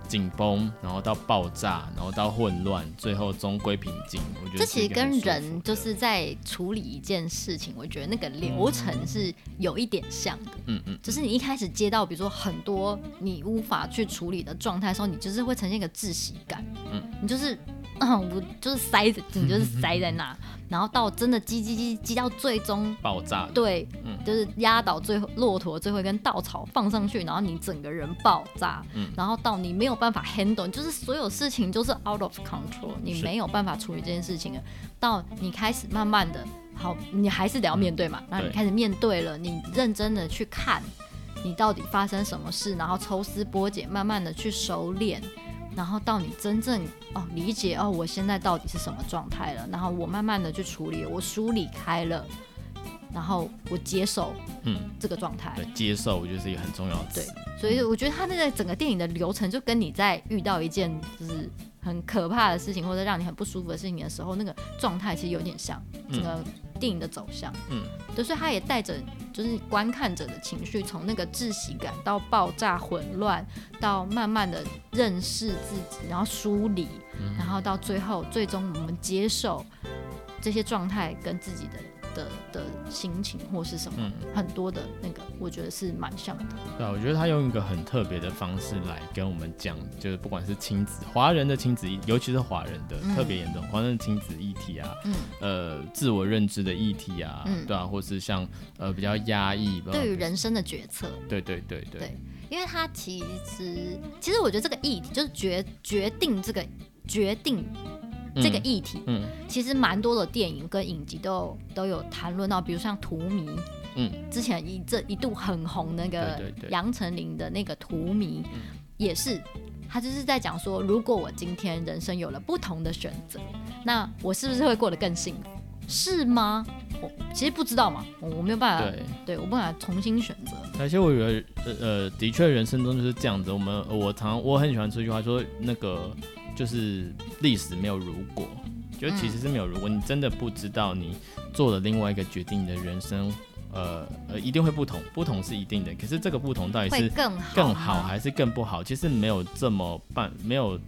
Speaker 2: 紧绷，然后到爆炸，然后到混乱，最后终归平静，我觉得
Speaker 1: 这
Speaker 2: 是
Speaker 1: 其
Speaker 2: 一
Speaker 1: 实
Speaker 2: 个很
Speaker 1: 跟
Speaker 2: 舒服
Speaker 1: 人就
Speaker 2: 的
Speaker 1: 是在处理一件事情，我觉得那个流程是有一点像的。
Speaker 2: 嗯嗯，
Speaker 1: 就是你一开始接到，比如说很多你无法去处理的状态的时候，你就是会呈现一个窒息感，
Speaker 2: 嗯
Speaker 1: 你就是，嗯，我就是塞着，你就是塞在 那，然后到真的积积积积到最终，
Speaker 2: 爆炸的，
Speaker 1: 对，
Speaker 2: 嗯
Speaker 1: 就是压倒最后骆驼最后一根稻草放上去，然后你整个人爆炸，
Speaker 2: 嗯
Speaker 1: 然后到你没有办法 handle，就是所有事情就是 out of control，你
Speaker 2: 是
Speaker 1: 没有办法处理这件事情了，到你开始慢慢的，好，你还是得要面对嘛，然后你
Speaker 2: 对
Speaker 1: 开始面对了，你认真的去看你到底发生什么事，然后抽丝剥茧，慢慢的去收敛。然后到你真正哦理解哦，我现在到底是什么状态了，然后我慢慢的去处理，我梳理开了，然后我接受
Speaker 2: 嗯。
Speaker 1: 这个状态
Speaker 2: 对。，接受我觉得是一个很重要的词。
Speaker 1: 所以我觉得他那个整个电影的流程，就跟你在遇到一件就是很可怕的事情，或者让你很不舒服的事情的时候，那个状态其实有点像整个电影的走向。
Speaker 2: 嗯，
Speaker 1: 对，所以他也带着就是观看者的情绪，从那个窒息感到爆炸、混乱，到慢慢的认识自己，然后梳理，
Speaker 2: 嗯
Speaker 1: 然后到最后最终我们接受这些状态跟自己的。的的心情或是什么、
Speaker 2: 嗯
Speaker 1: 很多的那个，我觉得是蛮像的。
Speaker 2: 对啊，我觉得他用一个很特别的方式来跟我们讲，就是不管是亲子华人的亲子议，尤其是华人的、
Speaker 1: 嗯
Speaker 2: 特别严重，华人的亲子议题啊，
Speaker 1: 嗯，
Speaker 2: 呃，自我认知的议题啊，
Speaker 1: 嗯
Speaker 2: 对啊，或是像呃比较压抑，
Speaker 1: 对于人生的决策，
Speaker 2: 对对对对
Speaker 1: 对因为它其实其实我觉得这个议题就是决决定这个决定这个
Speaker 2: 嗯
Speaker 1: 议题，
Speaker 2: 嗯
Speaker 1: 其实蛮多的电影跟影集都有都有谈论到，比如像《荼蘼》，
Speaker 2: 嗯，
Speaker 1: 之前一这一度很红那个
Speaker 2: 对对嗯对
Speaker 1: 杨丞琳的那个《荼蘼》，也是他就是在讲说，如果我今天人生有了不同的选择，那我是不是会过得更幸福？是吗？我其实不知道嘛，我我没有办法，
Speaker 2: 对。
Speaker 1: 对我没有办法重新选择。
Speaker 2: 而且我觉得，呃呃，的确，人生中就是这样子。我们我常我很喜欢说一句话，说那个就是历史没有如果，就其实是没有如果，你真的不知道你做了另外一个决定，你的人生，呃呃，一定会不同，不同是一定的。可是这个不同到底
Speaker 1: 会
Speaker 2: 是
Speaker 1: 更好，
Speaker 2: 更好，啊还是更不好，其实没有这么办，没有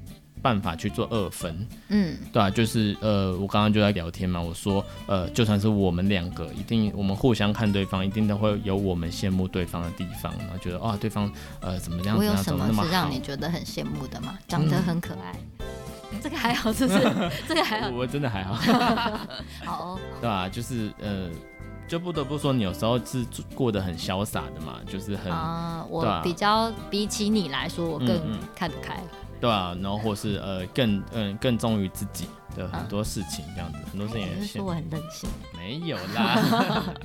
Speaker 2: 办法去做二分。
Speaker 1: 嗯
Speaker 2: 对啊，就是呃，我刚刚就在聊天嘛，我说呃，就算是我们两个，一定我们互相看对方，一定都会有我们羡慕对方的地方，然后觉得哇，对方呃怎么样
Speaker 1: 我
Speaker 2: 怎么
Speaker 1: 有
Speaker 2: 样
Speaker 1: 什
Speaker 2: 怎么
Speaker 1: 么
Speaker 2: 那么
Speaker 1: 是让
Speaker 2: 好
Speaker 1: 你。觉得很羡慕的吗？长得很可爱，
Speaker 2: 嗯
Speaker 1: 这个还好， 是不是？这个还好，
Speaker 2: 我真的还好，
Speaker 1: 好哦。
Speaker 2: 对啊，就是呃，就不得不说，你有时候是过得很潇洒的嘛，就是很、
Speaker 1: 啊、
Speaker 2: 对
Speaker 1: 我
Speaker 2: 啊
Speaker 1: 比较比起你来说，我
Speaker 2: 嗯
Speaker 1: 更
Speaker 2: 嗯
Speaker 1: 看得开。
Speaker 2: 对啊，然后或是呃更嗯、更忠于自己的很多事情这样子，很多事情
Speaker 1: 哎
Speaker 2: 也
Speaker 1: 你是
Speaker 2: 羡
Speaker 1: 说我很任性？
Speaker 2: 没有啦。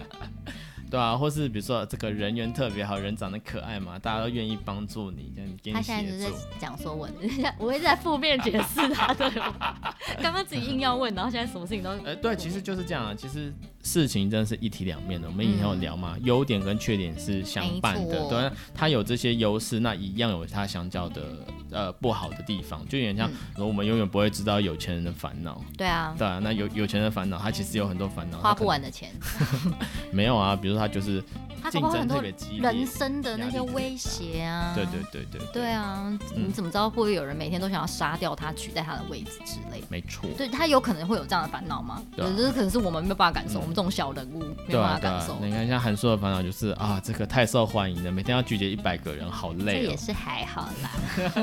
Speaker 2: 对啊，或是比如说这个人缘特别好，人长得可爱嘛，大家都愿意帮助你，这样给
Speaker 1: 他
Speaker 2: 你
Speaker 1: 现在就是
Speaker 2: 协
Speaker 1: 在
Speaker 2: 助。
Speaker 1: 讲说我， 我一直在负面解 释他对我。刚刚自己硬要问，然后现在什么事情都……
Speaker 2: 呃呃，对，其实就是这样啊。其实事情真的是一体两面的。我们以前有聊嘛，优、点跟缺点是相伴
Speaker 1: 嗯没
Speaker 2: 的，
Speaker 1: 错
Speaker 2: 对啊，它有这些优势，那一样有它相较的呃不好的地方，就有点
Speaker 1: 嗯
Speaker 2: 像、我们永远不会知道有钱人的烦恼，
Speaker 1: 对啊，
Speaker 2: 对啊，那有有钱人的烦恼，他其实有很多烦恼，
Speaker 1: 花
Speaker 2: 他可
Speaker 1: 不完的钱，
Speaker 2: 没有啊，比如说他就是
Speaker 1: 他搞
Speaker 2: 竞
Speaker 1: 不好
Speaker 2: 争
Speaker 1: 很
Speaker 2: 特
Speaker 1: 多
Speaker 2: 别激烈，
Speaker 1: 人生的那些威胁啊，
Speaker 2: 对对对对
Speaker 1: 对，啊，
Speaker 2: 嗯
Speaker 1: 你怎么知道会不会有人每天都想要杀掉他，取代他的位置之类的？
Speaker 2: 没错，
Speaker 1: 对他有可能会有这样的烦恼吗？
Speaker 2: 对啊
Speaker 1: 可是可能是我们没有办法感受，
Speaker 2: 嗯
Speaker 1: 我们这种小人物没
Speaker 2: 对
Speaker 1: 有
Speaker 2: 啊
Speaker 1: 办法
Speaker 2: 对
Speaker 1: 感
Speaker 2: 啊
Speaker 1: 受，。
Speaker 2: 你看像韩硕的烦恼就是啊，这个太受欢迎了，每天要拒绝一百个人，好
Speaker 1: 这
Speaker 2: 累
Speaker 1: 也
Speaker 2: 哦。
Speaker 1: 是还好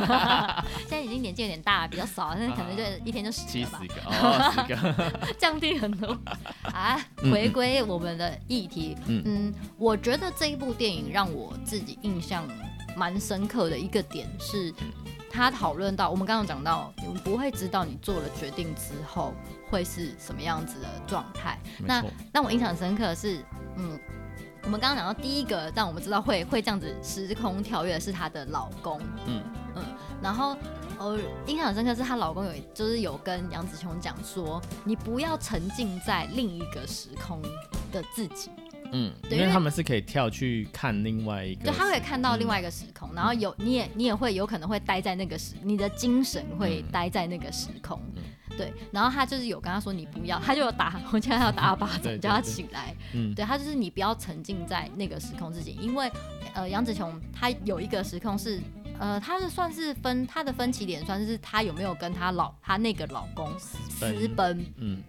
Speaker 1: 啦， 现在已经年纪有点大，比较少，但是可能就一天就十
Speaker 2: 啊七
Speaker 1: 个
Speaker 2: 十
Speaker 1: 吧，
Speaker 2: 个 哦，十个，
Speaker 1: 降低很多啊。
Speaker 2: 嗯
Speaker 1: 回归我们的议题，
Speaker 2: 嗯
Speaker 1: 嗯我觉得这一部电影让我自己印象蛮深刻的一个点是，
Speaker 2: 嗯
Speaker 1: 他讨论到我们刚刚讲到，你们不会知道你做了决定之后会是什么样子的状态。
Speaker 2: 没
Speaker 1: 那
Speaker 2: 错，
Speaker 1: 让我印象很深刻的是，嗯，我们刚刚讲到第一个让我们知道会会这样子时空跳跃的是她的老公，
Speaker 2: 嗯
Speaker 1: 嗯，然后呃，印象很深刻是她老公有就是有跟杨紫琼讲说，你不要沉浸在另一个时空的自己，
Speaker 2: 嗯，因
Speaker 1: 对因
Speaker 2: 为
Speaker 1: 为
Speaker 2: 他们是可以跳去看另外一
Speaker 1: 就
Speaker 2: 个，
Speaker 1: 他会看到
Speaker 2: 嗯
Speaker 1: 另外一个时空，然后有你也你也会有可能会待在那个时，你的精神会
Speaker 2: 嗯
Speaker 1: 待在那个时空。
Speaker 2: 嗯
Speaker 1: 对，然后他就是有跟他说你不要，他就有打，我记得他有打他巴
Speaker 2: 对
Speaker 1: 掌，叫他
Speaker 2: 对对
Speaker 1: 起来。
Speaker 2: 嗯，
Speaker 1: 对，他就是你不要沉浸在那个时空自己，因为呃，杨紫琼她有一个时空是呃，她是算是分她的分歧点，算是她有没有跟她老她那个老公
Speaker 2: 奔
Speaker 1: 私奔。
Speaker 2: 嗯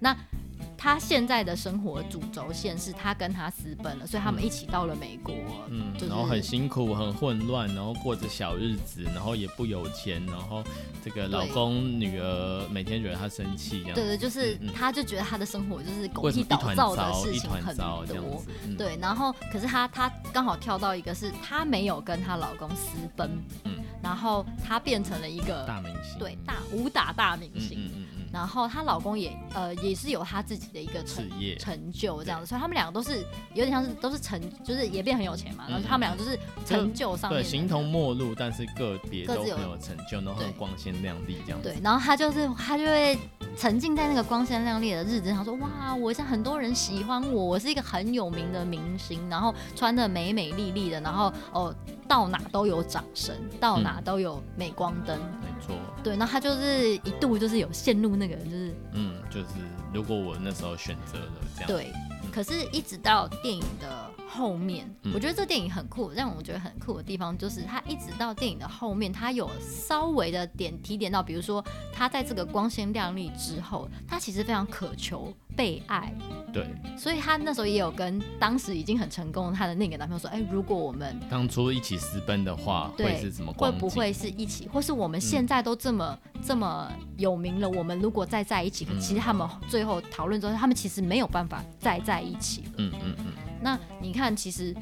Speaker 1: 她现在的生活主轴线是她跟他私奔了，所以他们一起到了美国。
Speaker 2: 嗯，
Speaker 1: 就是
Speaker 2: 然后很辛苦，很混乱，然后过着小日子，然后也不有钱，然后这个老公女儿每天惹她生气，这样
Speaker 1: 对对，就是
Speaker 2: 嗯嗯
Speaker 1: 她就觉得她的生活就是狗
Speaker 2: 为什
Speaker 1: 屁
Speaker 2: 么一
Speaker 1: 倒
Speaker 2: 团
Speaker 1: 灶的
Speaker 2: 糟，
Speaker 1: 事
Speaker 2: 一
Speaker 1: 情
Speaker 2: 团
Speaker 1: 很
Speaker 2: 糟这样
Speaker 1: 多。
Speaker 2: 子，嗯，
Speaker 1: 对，然后可是她她刚好跳到一个是她没有跟她老公私奔，
Speaker 2: 嗯
Speaker 1: 然后她变成了一个
Speaker 2: 大明星，
Speaker 1: 对大武打大明
Speaker 2: 嗯
Speaker 1: 星，
Speaker 2: 嗯嗯嗯，
Speaker 1: 然后她老公也呃也是有他自己的一个
Speaker 2: 事
Speaker 1: 成
Speaker 2: 业，
Speaker 1: 成就这样子，所以他们两个都是有点像是都是成就是也变很有钱嘛，然后他们两个就是成就上面
Speaker 2: 嗯对，
Speaker 1: 的
Speaker 2: 形同陌路，但是个别
Speaker 1: 各
Speaker 2: 都
Speaker 1: 自有
Speaker 2: 很有成就，然后很
Speaker 1: 对
Speaker 2: 光鲜亮丽这样子，
Speaker 1: 对，然后她就是她就会沉浸在那个光鲜亮丽的日子，想说哇，我像很多人喜欢我，我是一个很有名的明星，然后穿的美美丽丽的，然后哦到哪都有掌声，
Speaker 2: 嗯
Speaker 1: 到哪都有镁光灯，
Speaker 2: 没错，
Speaker 1: 对，那她就是一度就是有陷入那个就是
Speaker 2: 嗯，就是如果我那时候选择了这样，，
Speaker 1: 对
Speaker 2: 嗯，
Speaker 1: 可是一直到电影的后面，
Speaker 2: 嗯
Speaker 1: 我觉得这电影很酷，让我觉得很酷的地方就是它一直到电影的后面，它有稍微的点提点到，比如说他在这个光鲜亮丽之后，他其实非常渴求被爱，
Speaker 2: 对，
Speaker 1: 所以他那时候也有跟当时已经很成功的他的那个男朋友说，哎、如果我们
Speaker 2: 当初一起私奔的话，
Speaker 1: 对
Speaker 2: 会是什么
Speaker 1: 会
Speaker 2: 光景？
Speaker 1: 不会是一起，或是我们现在都这么、这么有名了，我们如果再在一起，可
Speaker 2: 嗯
Speaker 1: 其实他们最后讨论之后，他们其实没有办法再在一起了。
Speaker 2: 嗯嗯嗯。
Speaker 1: 那你看，其实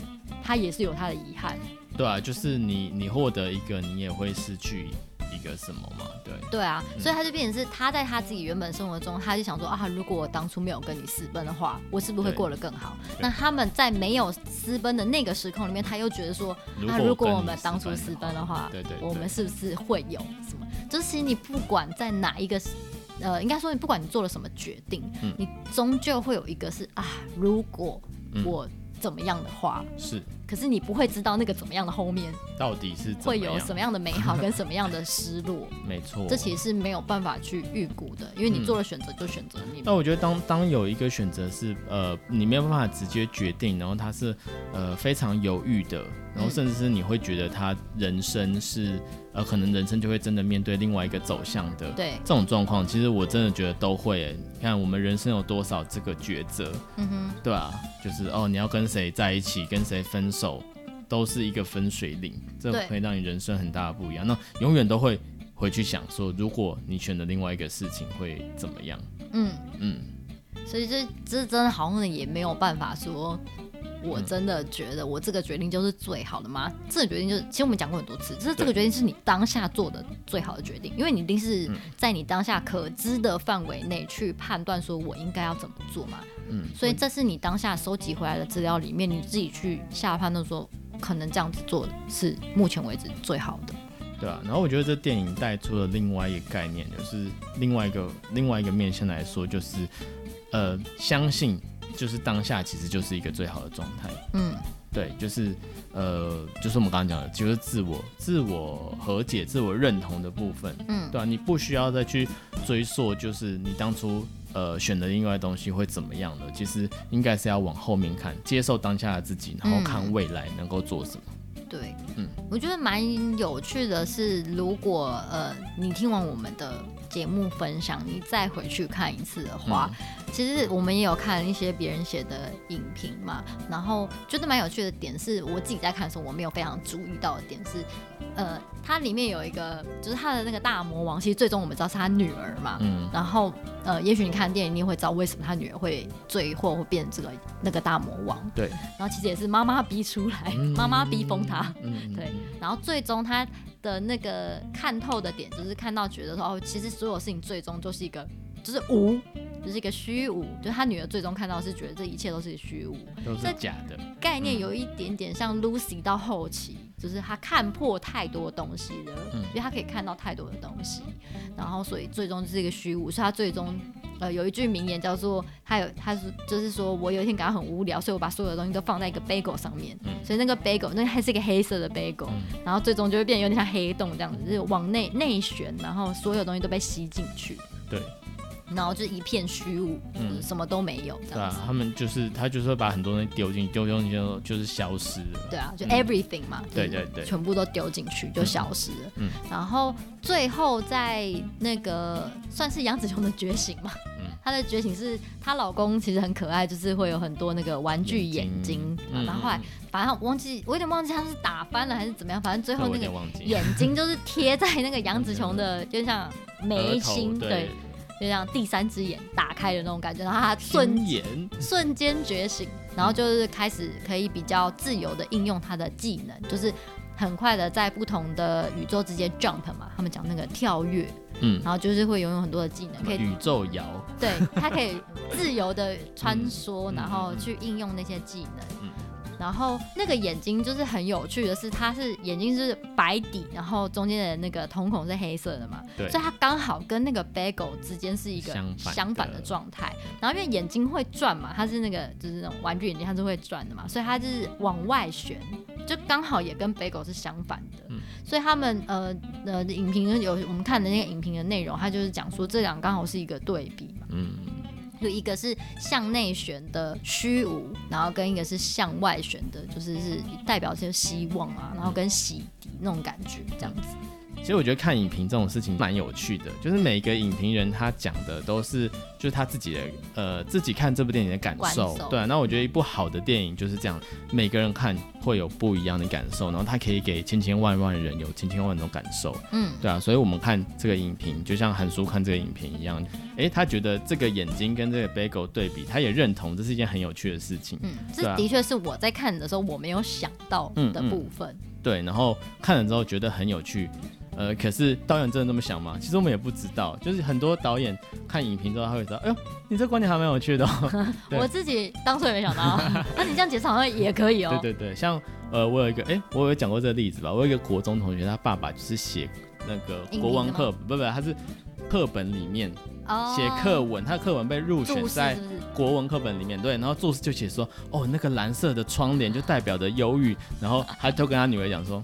Speaker 1: 他也是有他的遗憾，
Speaker 2: 对啊，就是你你获得一个，你也会失去一个什么嘛？对，
Speaker 1: 对啊，
Speaker 2: 嗯
Speaker 1: 所以他就变成是他在他自己原本生活中，他就想说啊，如果我当初没有跟你私奔的话，我是不是会
Speaker 2: 对
Speaker 1: 过得更好？
Speaker 2: 对
Speaker 1: 那他们在没有私奔的那个时空里面，他又觉得说，
Speaker 2: 如
Speaker 1: 那
Speaker 2: 果
Speaker 1: 如果
Speaker 2: 跟
Speaker 1: 我
Speaker 2: 你
Speaker 1: 们当初私奔的话，
Speaker 2: 对对对，
Speaker 1: 我们是不是会有什么？就是其实你不管在哪一个时，呃，应该说你不管你做了什么决定，
Speaker 2: 嗯
Speaker 1: 你终究会有一个是啊，如果
Speaker 2: 嗯
Speaker 1: 我怎么样的话，
Speaker 2: 是
Speaker 1: 可是你不会知道那个怎么样的后面。
Speaker 2: 到底是怎
Speaker 1: 会有
Speaker 2: 么
Speaker 1: 什么样的美好跟什么样的失 落，
Speaker 2: 样？没错，
Speaker 1: 这其实是没有办法去预估的，因为你
Speaker 2: 嗯
Speaker 1: 做了选择就选择你。
Speaker 2: 那我觉得当当有一个选择是呃，你没有办法直接决定，然后他是呃非常犹豫的，然后
Speaker 1: 嗯
Speaker 2: 甚至是你会觉得他人生是呃可能人生就会真的面对另外一个走向的。
Speaker 1: 对，
Speaker 2: 这种状况，其实我真的觉得都会耶。你看我们人生有多少这个抉择，
Speaker 1: 嗯哼，
Speaker 2: 对啊，就是哦，你要跟谁在一起，跟谁分手，都是一个分水岭，这
Speaker 1: 对
Speaker 2: 会让你人生很大的不一样。那永远都会回去想说，如果你选的另外一个事情会怎么样？
Speaker 1: 嗯，
Speaker 2: 嗯，
Speaker 1: 所以这这真的好像也没有办法说。我
Speaker 2: 嗯
Speaker 1: 真的觉得我这个决定就是最好的吗？这个决定就是，其实我们讲过很多次，就是这个决定是你当下做的最好的决定，因为你一定是
Speaker 2: 嗯
Speaker 1: 在你当下可知的范围内去判断说我应该要怎么做嘛。
Speaker 2: 嗯，
Speaker 1: 所以这是你当下收集回来的资料里面，你自己去下判断说，可能这样子做是目前为止最好的。
Speaker 2: 对啊。然后我觉得这电影带出了另外一个概念，就是另外一个另外一个面向来说，就是呃，相信就是当下其实就是一个最好的状态。
Speaker 1: 嗯
Speaker 2: 对，就是呃，就是我们刚刚讲的，就是自我、自我和解、自我认同的部分。
Speaker 1: 嗯
Speaker 2: 对啊，你不需要再去追溯，就是你当初呃选的另外东西会怎么样了。其实应该是要往后面看，接受当下的自己，
Speaker 1: 嗯
Speaker 2: 然后看未来能够做什么。
Speaker 1: 对，
Speaker 2: 嗯
Speaker 1: 我觉得蛮有趣的是，如果呃你听完我们的节目分享，你再回去看一次的话，其实我们也有看一些别人写的影评嘛，然后觉得蛮有趣的点是，我自己在看的时候我没有非常注意到的点是，呃，它里面有一个就是他的那个大魔王，其实最终我们知道是他女儿嘛，
Speaker 2: 嗯
Speaker 1: 然后呃，也许你看电影你也会知道为什么他女儿会最后会变这个那个大魔王，
Speaker 2: 对，
Speaker 1: 然后其实也是妈妈逼出来，妈妈逼疯他。
Speaker 2: 嗯嗯，嗯
Speaker 1: 对，然后最终他的那个看透的点，就是看到觉得说，哦，其实所有事情最终都是一个，就是无，就是一个虚无。就是他女儿最终看到是觉得这一切都是虚无，
Speaker 2: 嗯都
Speaker 1: 这
Speaker 2: 是假的。
Speaker 1: 概念有一点点像 Lucy 到后期，就是她看破太多东西了，
Speaker 2: 嗯
Speaker 1: 因为她可以看到太多的东西，然后所以最终就是一个虚无。所以她最终呃有一句名言叫做“她有她是就是说我有一天感到很无聊，所以我把所有的东西都放在一个 bagel 上面，
Speaker 2: 嗯
Speaker 1: 所以那个 bagel 那还是一个黑色的 bagel，、
Speaker 2: 嗯
Speaker 1: 然后最终就会变得有点像黑洞这样子，就是往内内旋，然后所有东西都被吸进去，
Speaker 2: 对，
Speaker 1: 然后就一片虚无，
Speaker 2: 嗯
Speaker 1: 就是什么都没有这
Speaker 2: 对
Speaker 1: 样子
Speaker 2: 啊，。他们就是他就是会把很多东西丢进丢进去之后就是消失了。
Speaker 1: 对啊，就
Speaker 2: 嗯
Speaker 1: everything 嘛，
Speaker 2: 对
Speaker 1: 就是
Speaker 2: 对对
Speaker 1: 全部都丢进去就消失了。
Speaker 2: 嗯
Speaker 1: 然后最后在那个算是杨紫琼的觉醒嘛，
Speaker 2: 嗯
Speaker 1: 她的觉醒是她老公其实很可爱，就是会有很多那个玩具眼
Speaker 2: 眼睛
Speaker 1: 睛，
Speaker 2: 嗯
Speaker 1: 然后后来反正我忘记，我有点忘记他是打翻了还是怎么样，反正最
Speaker 2: 这
Speaker 1: 后那
Speaker 2: 我有
Speaker 1: 个
Speaker 2: 点忘记。
Speaker 1: 眼睛就是贴在那个杨紫琼 的，就像眉
Speaker 2: 额头
Speaker 1: 心，
Speaker 2: 对，，
Speaker 1: 就像第三只眼打开的那种感觉，然后她瞬
Speaker 2: 眼，
Speaker 1: 瞬间觉醒，然后就是开始可以比较自由的应用他的技能，就是很快的在不同的宇宙之间 jump 嘛，他们讲那个跳跃，
Speaker 2: 嗯，
Speaker 1: 然后就是会拥有很多的技能，可以
Speaker 2: 宇宙摇，
Speaker 1: 对他可以自由的穿梭，
Speaker 2: 嗯
Speaker 1: 然后去应用那些技
Speaker 2: 嗯
Speaker 1: 能。然后那个眼睛就是很有趣的是，它是眼睛是白底，然后中间的那个瞳孔是黑色的嘛，
Speaker 2: 对
Speaker 1: 所以它刚好跟那个 bagel 之间是一个
Speaker 2: 相反的嗯
Speaker 1: 相反的状态。然后因为眼睛会转嘛，它是那个就是那种玩具眼睛，它是会转的嘛，所以它就是往外旋，就刚好也跟 bagel 是相反的。
Speaker 2: 嗯
Speaker 1: 所以他们呃呃影评有我们看的那个影评的内容，它就是讲说这两个刚好是一个对比嘛，
Speaker 2: 嗯，
Speaker 1: 就一个是向内旋的虚无，然后跟一个是向外旋的，就是是代表这些希望啊，然后跟洗涤那种感觉这样子。
Speaker 2: 其实我觉得看影评这种事情蛮有趣的，就是每个影评人他讲的都是就是他自己的呃自己看这部电影的感受
Speaker 1: 感，受
Speaker 2: 对、啊。那我觉得一部好的电影就是这样，每个人看会有不一样的感受，然后他可以给千千万万人有千千万种感受，
Speaker 1: 嗯
Speaker 2: 对啊。所以我们看这个影评，就像韩叔看这个影评一样，诶，他觉得这个眼睛跟这个 bagel 对比，他也认同这是一件很有趣的事情。
Speaker 1: 嗯，这
Speaker 2: 对啊嗯
Speaker 1: 的确是我在看的时候我没有想到的部分。
Speaker 2: 对，然后看了之后觉得很有趣。呃，可是导演真的这么想吗？其实我们也不知道，就是很多导演看影评之后，他会知道，哎呦，你这观点还蛮有趣的、哦。对
Speaker 1: 我自己当初也没想 到，那你这样解释好像也可以哦。
Speaker 2: 对对对，像呃，我有一个，哎，我有讲过这个例子吧？我有一个国中同学，他爸爸就是写那个
Speaker 1: 影评
Speaker 2: 国文
Speaker 1: 的吗
Speaker 2: 课，不不，他是课本里面
Speaker 1: 哦
Speaker 2: 写课文，他的课文被入选
Speaker 1: 注释
Speaker 2: 在
Speaker 1: 是不是？
Speaker 2: 国文课本里面，对，然后作者就写说，哦，那个蓝色的窗帘就代表着忧郁，然后他就跟他女儿讲说，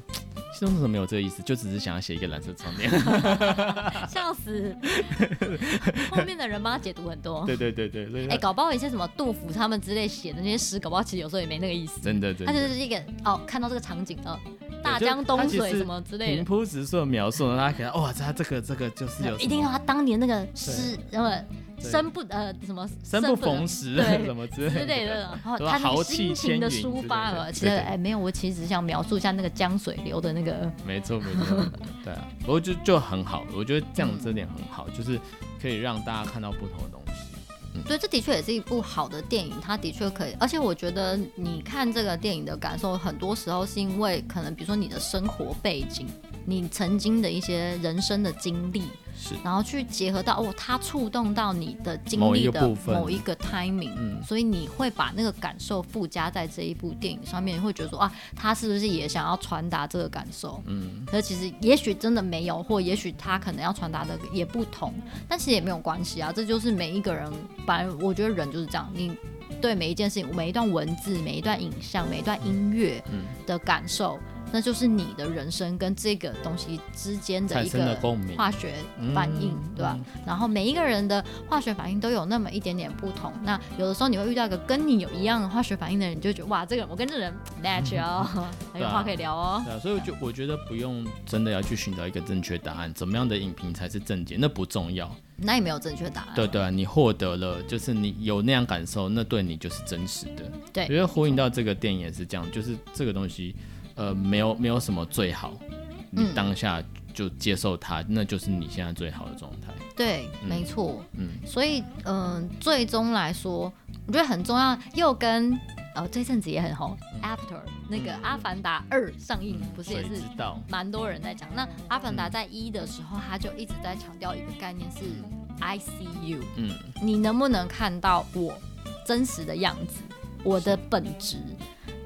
Speaker 2: 其实为什么没有这个意思，就只是想要写一个蓝色窗 帘。
Speaker 1: 笑 死！后面的人帮他解读很多。
Speaker 2: 对对对对，所以
Speaker 1: 哎、
Speaker 2: 他
Speaker 1: 搞不好一些什么杜甫他们之类写的那些诗，搞不好其实有时候也没那个意思。
Speaker 2: 真的真
Speaker 1: 他就是
Speaker 2: 的。
Speaker 1: 一个哦，看到这个场景哦，大江
Speaker 2: 他
Speaker 1: 东
Speaker 2: 其实
Speaker 1: 水什么之类
Speaker 2: 平
Speaker 1: 的，
Speaker 2: 铺直述的描述，然后他可能哦哇，他这个这个就是有
Speaker 1: 一定要他当年那个诗，呃，
Speaker 2: 对
Speaker 1: 生不呃什么
Speaker 2: 生不逢时
Speaker 1: 啊 对
Speaker 2: 什么之
Speaker 1: 之
Speaker 2: 类
Speaker 1: 类的，
Speaker 2: 的。
Speaker 1: 然后
Speaker 2: 对吧
Speaker 1: 他那
Speaker 2: 豪
Speaker 1: 个
Speaker 2: 气
Speaker 1: 心情的
Speaker 2: 千云
Speaker 1: 抒
Speaker 2: 之
Speaker 1: 发
Speaker 2: 类的
Speaker 1: 了。其
Speaker 2: 对
Speaker 1: 实
Speaker 2: 对
Speaker 1: 哎，没有，我其实只想描述一下那个江水流的那个，
Speaker 2: 没错没 错，对啊，不过就就很好，我觉得这样这点很好，就是可以让大家看到不同的东西。
Speaker 1: 对，这的确也是一部好的电影，它的确可以，而且我觉得你看这个电影的感受，很多时候是因为可能比如说你的生活背景，你曾经的一些人生的经历，
Speaker 2: 是，
Speaker 1: 然后去结合到哦，它触动到你的经
Speaker 2: 某一
Speaker 1: 历
Speaker 2: 个
Speaker 1: 的
Speaker 2: 部分
Speaker 1: 某一个 timing，、
Speaker 2: 嗯
Speaker 1: 所以你会把那个感受附加在这一部电影上面，你会觉得说啊，他是不是也想要传达这个感受？
Speaker 2: 嗯，
Speaker 1: 可是其实也许真的没有，或也许他可能要传达的也不同，但其实也没有关系啊，这就是每一个人，反正我觉得人就是这样，你。对每一件事情、每一段文字、每一段影像、每一段音乐
Speaker 2: 嗯
Speaker 1: 的感受，那就是你的人生跟这个东西之间的
Speaker 2: 产
Speaker 1: 嗯一
Speaker 2: 生了
Speaker 1: 个
Speaker 2: 共鸣，
Speaker 1: 化学反应，
Speaker 2: 嗯
Speaker 1: 对吧？然后每一个人的化学反应都有那么一点点不同。那有的时候你会遇到一个跟你有一样的化学反应的人，你就觉得哇，这个我跟这人 match 哦， 很有话可以聊哦。
Speaker 2: 对啊，所以我就我觉得不用真的要去寻找一个正确答案，怎么样的影评才是正解，那不重要。
Speaker 1: 那也没有正确答案。
Speaker 2: 对对啊、你获得了，就是你有那样感受，那对你就是真实的。
Speaker 1: 对
Speaker 2: 我觉得呼应到这个电影也是这样，就是这个东西，呃，没有没有什么最好，你
Speaker 1: 嗯
Speaker 2: 当下就接受它，那就是你现在最好的状态。
Speaker 1: 对，
Speaker 2: 嗯
Speaker 1: 没错。
Speaker 2: 嗯
Speaker 1: 所以，嗯、最终来说，我觉得很重要，又跟呃这阵子也很红、a
Speaker 2: 嗯
Speaker 1: f t e r 那个《阿凡达二》上映，不是也
Speaker 2: 谁
Speaker 1: 是
Speaker 2: 知道？
Speaker 1: 蛮多人在讲。那《阿凡
Speaker 2: 嗯
Speaker 1: 达》在一的时候，他就一直在强调一个概念是 I see you，
Speaker 2: 嗯，
Speaker 1: 你能不能看到我真实的样子，我的本质？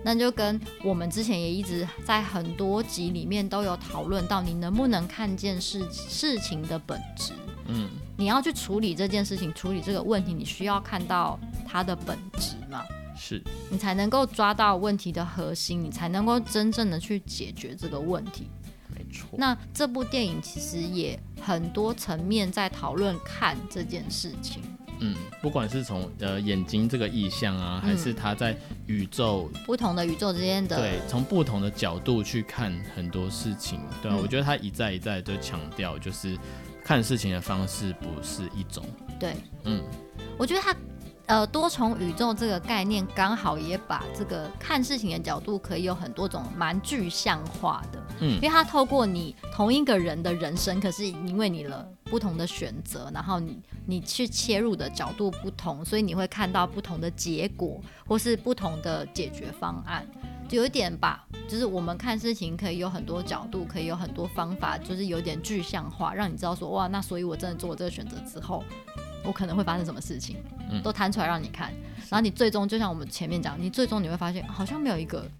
Speaker 1: 那就跟我们之前也一直在很多集里面都有讨论到，你能不能看见事事情的本质？
Speaker 2: 嗯，
Speaker 1: 你要去处理这件事情，处理这个问题，你需要看到它的本质嘛？
Speaker 2: 是，
Speaker 1: 你才能够抓到问题的核心，你才能够真正的去解决这个问题。
Speaker 2: 没错。
Speaker 1: 那这部电影其实也很多层面在讨论看这件事情。
Speaker 2: 嗯，不管是从呃眼睛这个意象
Speaker 1: 嗯
Speaker 2: 啊，还是他在宇宙
Speaker 1: 不同的宇宙之间的
Speaker 2: 对，从不同的角度去看很多事情，对、啊
Speaker 1: 嗯
Speaker 2: 我觉得他一再一再就强调，就是看事情的方式不是一种，
Speaker 1: 对，
Speaker 2: 嗯，
Speaker 1: 我觉得它呃多重宇宙这个概念刚好也把这个看事情的角度可以有很多种，蛮具象化的。
Speaker 2: 嗯
Speaker 1: 因为它透过你同一个人的人生，可是因为你了不同的选择，然后你你去切入的角度不同，所以你会看到不同的结果，或是不同的解决方案。就有一点吧，就是我们看事情可以有很多角度，可以有很多方法，就是有点具象化，让你知道说哇，那所以我真的做了这个选择之后，我可能会发生什么事情，
Speaker 2: 嗯
Speaker 1: 都摊出来让你看。然后你最终就像我们前面讲，你最终你会发现好像没有一个。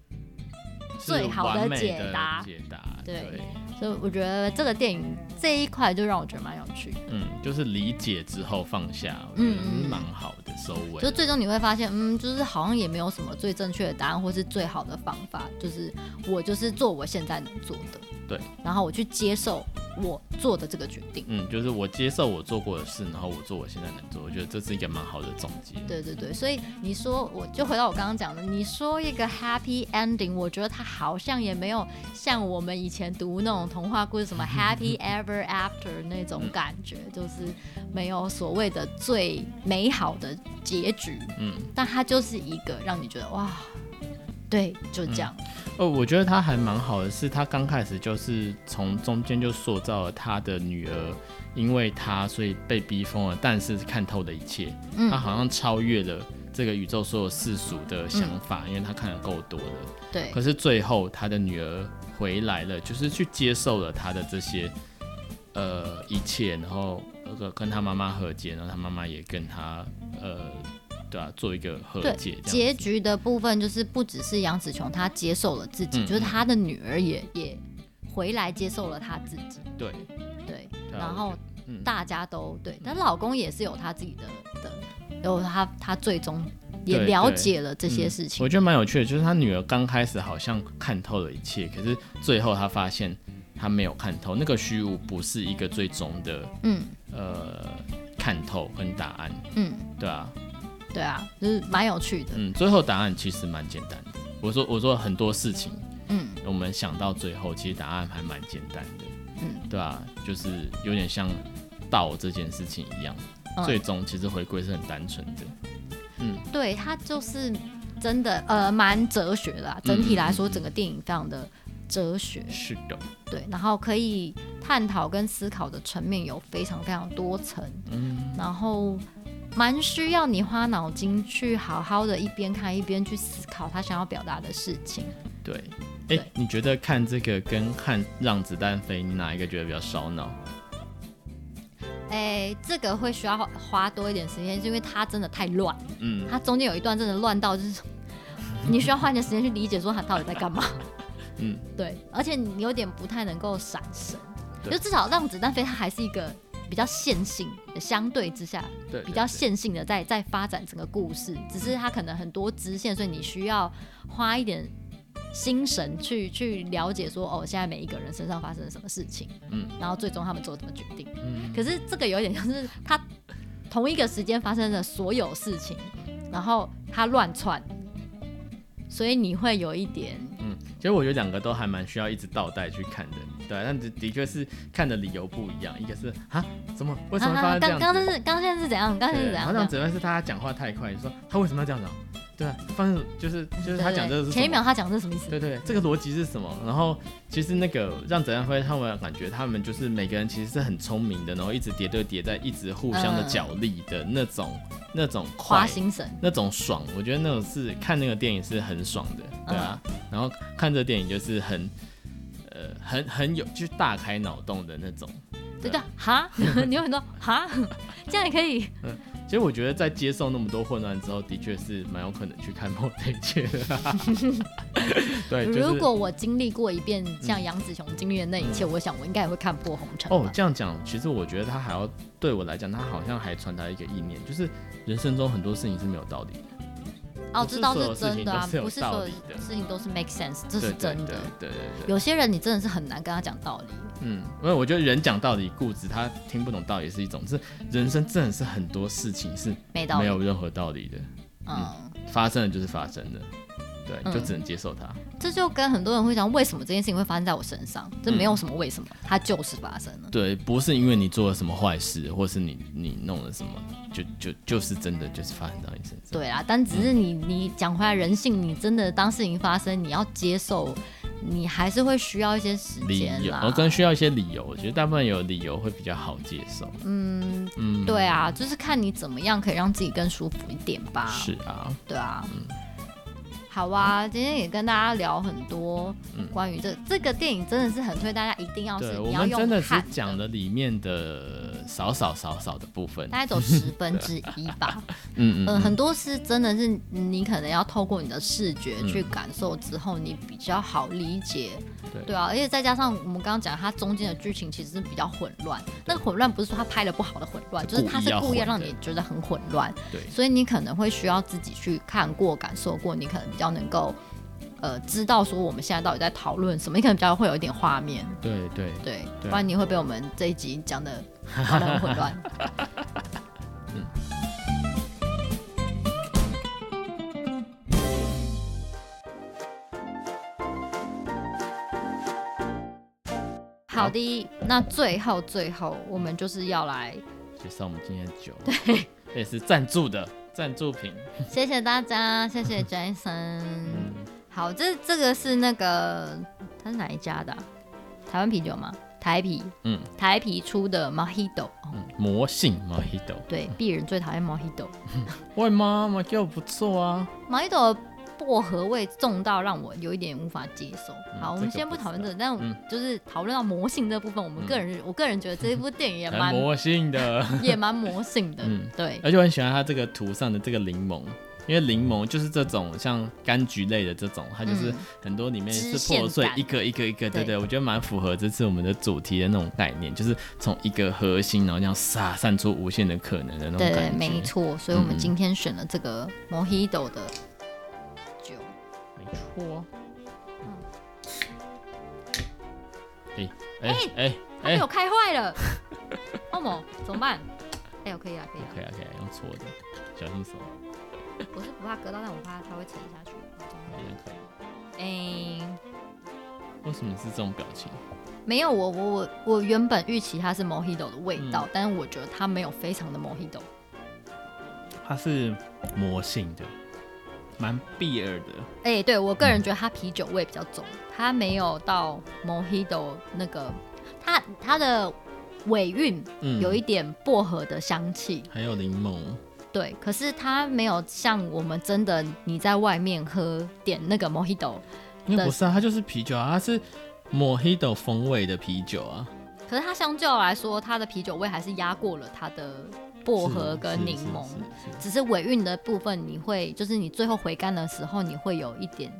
Speaker 2: 是
Speaker 1: 最好的
Speaker 2: 完美
Speaker 1: 解答
Speaker 2: 解答，
Speaker 1: 对
Speaker 2: 对，
Speaker 1: 所以我觉得这个电影这一块就让我觉得蛮有趣的，
Speaker 2: 嗯，就是理解之后放下，我觉得
Speaker 1: 嗯嗯
Speaker 2: 蛮好的收尾
Speaker 1: 就，最终你会发现，嗯，就是好像也没有什么最正确的答案或是最好的方法，就是我就是做我现在能做的，
Speaker 2: 对，
Speaker 1: 然后我去接受我做的这个决定。
Speaker 2: 嗯，就是我接受我做过的事，然后我做我现在能做，我觉得这是一个蛮好的总结，
Speaker 1: 对对对，所以你说，我就回到我刚刚讲的，你说一个 happy ending，我觉得它好像也没有像我们以前读那种童话故事 什么 happy ever after 那种
Speaker 2: 嗯
Speaker 1: 感觉，就是没有所谓的最美好的结局，
Speaker 2: 嗯。
Speaker 1: 但它就是一个让你觉得哇，对，就这样，
Speaker 2: 哦，我觉得他还蛮好的，是他刚开始就是从中间就塑造了他的女儿，因为他所以被逼疯了，但是看透了一切，
Speaker 1: 嗯
Speaker 2: 他好像超越了这个宇宙所有世俗的想法，因为他看得够多了。
Speaker 1: 对
Speaker 2: 可是最后他的女儿回来了，就是去接受了他的这些呃一切，然后呃跟他妈妈和解，然后他妈妈也跟他呃对啊做一个和
Speaker 1: 对
Speaker 2: 解，这样
Speaker 1: 结局的部分就是不只是杨紫琼她接受了自己，
Speaker 2: 嗯
Speaker 1: 就是她的女儿也也回来接受了她自己，
Speaker 2: 对，
Speaker 1: 对，
Speaker 2: 对啊
Speaker 1: 然
Speaker 2: 我
Speaker 1: 后
Speaker 2: 觉得嗯
Speaker 1: 大家都对，但老公也是有他自己的的，有他他最终也
Speaker 2: 对
Speaker 1: 了
Speaker 2: 对嗯
Speaker 1: 解了这些事情，
Speaker 2: 我觉得蛮有趣的，就是他女儿刚开始好像看透了一切，可是最后她发现她没有看透，那个虚无不是一个最终的
Speaker 1: 嗯
Speaker 2: 呃看透跟答案，
Speaker 1: 嗯，
Speaker 2: 对啊，
Speaker 1: 对啊，就是蛮有趣的，
Speaker 2: 嗯，最后答案其实蛮简单的。我说我说很多事情，
Speaker 1: 嗯
Speaker 2: 我们想到最后，其实答案还蛮简单的，
Speaker 1: 嗯，
Speaker 2: 对啊，就是有点像道这件事情一样，
Speaker 1: 嗯
Speaker 2: 最终其实回归是很单纯的，
Speaker 1: 对他就是真的呃蛮哲学的、
Speaker 2: 嗯
Speaker 1: 啊，整体来说整个电影非常的哲学，
Speaker 2: 是的，
Speaker 1: 对，然后可以探讨跟思考的层面有非常非常多层，
Speaker 2: 嗯
Speaker 1: 然后蛮需要你花脑筋去好好的一边看一边去思考他想要表达的事情。
Speaker 2: 对，哎、
Speaker 1: 对
Speaker 2: 你觉得看这个跟看《让子弹飞》，你哪一个觉得比较烧脑？
Speaker 1: 哎、这个会需要花花多一点时间，是因为它真的太乱，
Speaker 2: 嗯，
Speaker 1: 它中间有一段真的乱到就是，你需要花一点时间去理解说它到底在干嘛。
Speaker 2: 嗯，
Speaker 1: 对，而且你有点不太能够闪神，
Speaker 2: 对
Speaker 1: 就至少让子弹飞，它还是一个比较线性，相对之下
Speaker 2: 对，
Speaker 1: 比较线性的在在发展整个故事，只是它可能很多支线，所以你需要花一点心神去去了解说，哦，现在每一个人身上发生了什么事情，
Speaker 2: 嗯，
Speaker 1: 然后最终他们做怎么决定。
Speaker 2: 嗯
Speaker 1: 可是这个有点像是他同一个时间发生的所有事情，然后他乱窜，所以你会有一点
Speaker 2: 嗯，其实我觉得两个都还蛮需要一直倒带去看的，对啊，但的的确是看的理由不一样，一个是啊怎么为什么会发
Speaker 1: 啊
Speaker 2: 生这
Speaker 1: 刚
Speaker 2: 样
Speaker 1: 刚
Speaker 2: 子？
Speaker 1: 刚是刚现在是怎样？刚现在是
Speaker 2: 对，
Speaker 1: 怎
Speaker 2: 然
Speaker 1: 样？
Speaker 2: 后
Speaker 1: 这
Speaker 2: 这
Speaker 1: 样
Speaker 2: 样子，但是他讲话太快，你说他为什么要这样讲？对啊，发生就是就是他讲这个是
Speaker 1: 前一
Speaker 2: 什么
Speaker 1: 秒他讲这是什么意思？
Speaker 2: 对对，这个逻辑是什么？然后其实那个让怎样会让我感觉他们就是每个人其实是很聪明的，然后一直叠对叠在，一直互相的
Speaker 1: 嗯
Speaker 2: 角力的那种、那种
Speaker 1: 花
Speaker 2: 快，
Speaker 1: 心神，
Speaker 2: 嗯那种爽，我觉得那种是看那个电影是很爽的，对啊。然后看这电影就是很呃很很有就是大开脑洞的那种。
Speaker 1: 对对，哈，
Speaker 2: 啊
Speaker 1: 你有很多哈，这样也可以。
Speaker 2: 其实我觉得在接受那么多混乱之后，的确是蛮有可能去看《莫内切》的。 对，哎就是嗯
Speaker 1: 如果我经历过一遍像杨紫琼经历的那一切，我想我应该也会看破红尘
Speaker 2: 哦
Speaker 1: 吧，。
Speaker 2: 这样讲，其实我觉得他还要对我来讲，他好像还传达一个意念，就是人生中很多事情是没有道理的。
Speaker 1: 哦，
Speaker 2: 不
Speaker 1: 这
Speaker 2: 是
Speaker 1: 倒
Speaker 2: 所有
Speaker 1: 是
Speaker 2: 事
Speaker 1: 真
Speaker 2: 情
Speaker 1: 的
Speaker 2: 都
Speaker 1: 啊，
Speaker 2: 是有
Speaker 1: 不是
Speaker 2: 道
Speaker 1: 所有
Speaker 2: 理的
Speaker 1: 事情都是 make sense，这是
Speaker 2: 对
Speaker 1: 真
Speaker 2: 对
Speaker 1: 的。
Speaker 2: 对对对对。
Speaker 1: 有些人你真的是很难跟他讲道理。
Speaker 2: 嗯，因为我觉得人讲道理固执，他听不懂道理是一种，是人生真的是很多事情是
Speaker 1: 没道
Speaker 2: 没
Speaker 1: 理。
Speaker 2: 有任何道理的，
Speaker 1: 嗯，
Speaker 2: 发生了就是发生的，对，
Speaker 1: 嗯
Speaker 2: 就只能接受它。
Speaker 1: 这就跟很多人会讲，为什么这件事情会发生在我身上？这没有
Speaker 2: 嗯
Speaker 1: 什么为什么，它就是发生了。
Speaker 2: 对，不是因为你做了什么坏事，或是你你弄了什么，就就就是真的就是发生到你身上。
Speaker 1: 对啦，啊但只是你你讲回来人性，你真的当事情发生，你要接受，你还是会需要一些时
Speaker 2: 理
Speaker 1: 间
Speaker 2: 由，哦
Speaker 1: 啦。
Speaker 2: 我更需要一些理由，我觉得大部分有理由会比较好接受。
Speaker 1: 嗯，
Speaker 2: 嗯，
Speaker 1: 对啊，就是看你怎么样可以让自己更舒服一点吧。
Speaker 2: 是啊，
Speaker 1: 对啊。好啊，今天也跟大家聊很多关于这、这个电影，真的是很推大家一定要是
Speaker 2: 嗯对，
Speaker 1: 你
Speaker 2: 我
Speaker 1: 要
Speaker 2: 们
Speaker 1: 用
Speaker 2: 真的只
Speaker 1: 看
Speaker 2: 讲了里面的少少少少的部分。
Speaker 1: 大概走十分之一 吧。
Speaker 2: 嗯嗯
Speaker 1: 嗯，很多是真的是你可能要透过你的视觉去感受之后，你比较好理解。
Speaker 2: 对
Speaker 1: 啊，而且再加上我们刚刚讲，它中间的剧情其实是比较混乱。那个混乱不是说他拍的不好的混乱，就是他是故意要让你觉得很混乱。
Speaker 2: 对
Speaker 1: 所以你可能会需要自己去看过、感受过，你可能比较能够呃知道说我们现在到底在讨论什么，你可能比较会有一点画面。
Speaker 2: 对对，
Speaker 1: 对，
Speaker 2: 对
Speaker 1: 不然你会被我们这一集讲的搞得 很混乱。
Speaker 2: 嗯
Speaker 1: 好的，那最后最后，我们就是要来
Speaker 2: 介绍我们今天的酒，对，也是赞助的赞助品，
Speaker 1: 谢谢大 家，谢谢 Jason。好，
Speaker 2: 嗯
Speaker 1: 这这个是那个他是哪一家的啊、台湾啤酒吗？台啤，
Speaker 2: 嗯
Speaker 1: 台啤出的 Mojito，、哦、
Speaker 2: 嗯，魔性 Mojito，
Speaker 1: 对，鄙人最讨厌 Mojito。
Speaker 2: 喂妈，Mojito 不错啊，
Speaker 1: Mojito 的薄荷味重到让我有一点无法接受。好，我
Speaker 2: 嗯这
Speaker 1: 们
Speaker 2: 个
Speaker 1: 先
Speaker 2: 不
Speaker 1: 不讨论
Speaker 2: 知
Speaker 1: 这个，但我
Speaker 2: 嗯
Speaker 1: 就是讨论到魔性这部分，我们个人、我个人觉得这部电影也
Speaker 2: 蛮
Speaker 1: 蛮
Speaker 2: 魔性的，
Speaker 1: 也蛮魔性的，
Speaker 2: 嗯
Speaker 1: 对。
Speaker 2: 而且我很喜欢它这个图上的这个柠檬。因为柠檬就是这种像柑橘类的这种，它就是
Speaker 1: 嗯
Speaker 2: 很多里面
Speaker 1: 支
Speaker 2: 是
Speaker 1: 线
Speaker 2: 破碎
Speaker 1: 感
Speaker 2: 一个一个一个，对
Speaker 1: 对
Speaker 2: 对，我觉得蛮符合这次我们的主题的那种概念，就是从一个核心，然后这样撒散出无限的可能的那种
Speaker 1: 对
Speaker 2: 感觉。
Speaker 1: 没错。所以我们
Speaker 2: 嗯
Speaker 1: 今天选了这个 Mojito 的酒。
Speaker 2: 没错
Speaker 1: 嗯。
Speaker 2: 哎哎哎
Speaker 1: 它
Speaker 2: 哎
Speaker 1: 被我开坏了， 哦莫，怎么办？哎呦，可以了，可以
Speaker 2: ，OK
Speaker 1: 了，
Speaker 2: OK，用啊搓的，小心手，
Speaker 1: 我是不怕割到，但我怕它会沉下去。
Speaker 2: 好像可以。
Speaker 1: 哎、
Speaker 2: 为什么是这种表情？
Speaker 1: 没有，我我我我原本预期它是 Mojito 的味道，
Speaker 2: 嗯
Speaker 1: 但是我觉得它没有非常的 Mojito。
Speaker 2: 它是魔性的，蛮碧耳的。
Speaker 1: 哎、对我个人觉得它啤酒味比较重，它没有到 Mojito 那个，它它的尾韵
Speaker 2: 嗯
Speaker 1: 有一点薄荷的香气，
Speaker 2: 还有柠檬，
Speaker 1: 对，可是它没有像我们真的你在外面喝点那个 Mojito
Speaker 2: 因为
Speaker 1: 对
Speaker 2: 不是啊，它就是啤酒啊，它是 Mojito 风味的啤酒啊。
Speaker 1: 可是它相较来说，它的啤酒味还是压过了它的薄荷跟柠檬，
Speaker 2: 是是是是
Speaker 1: 只是尾韵的部分，你会就是你最后回甘的时候，你会有一点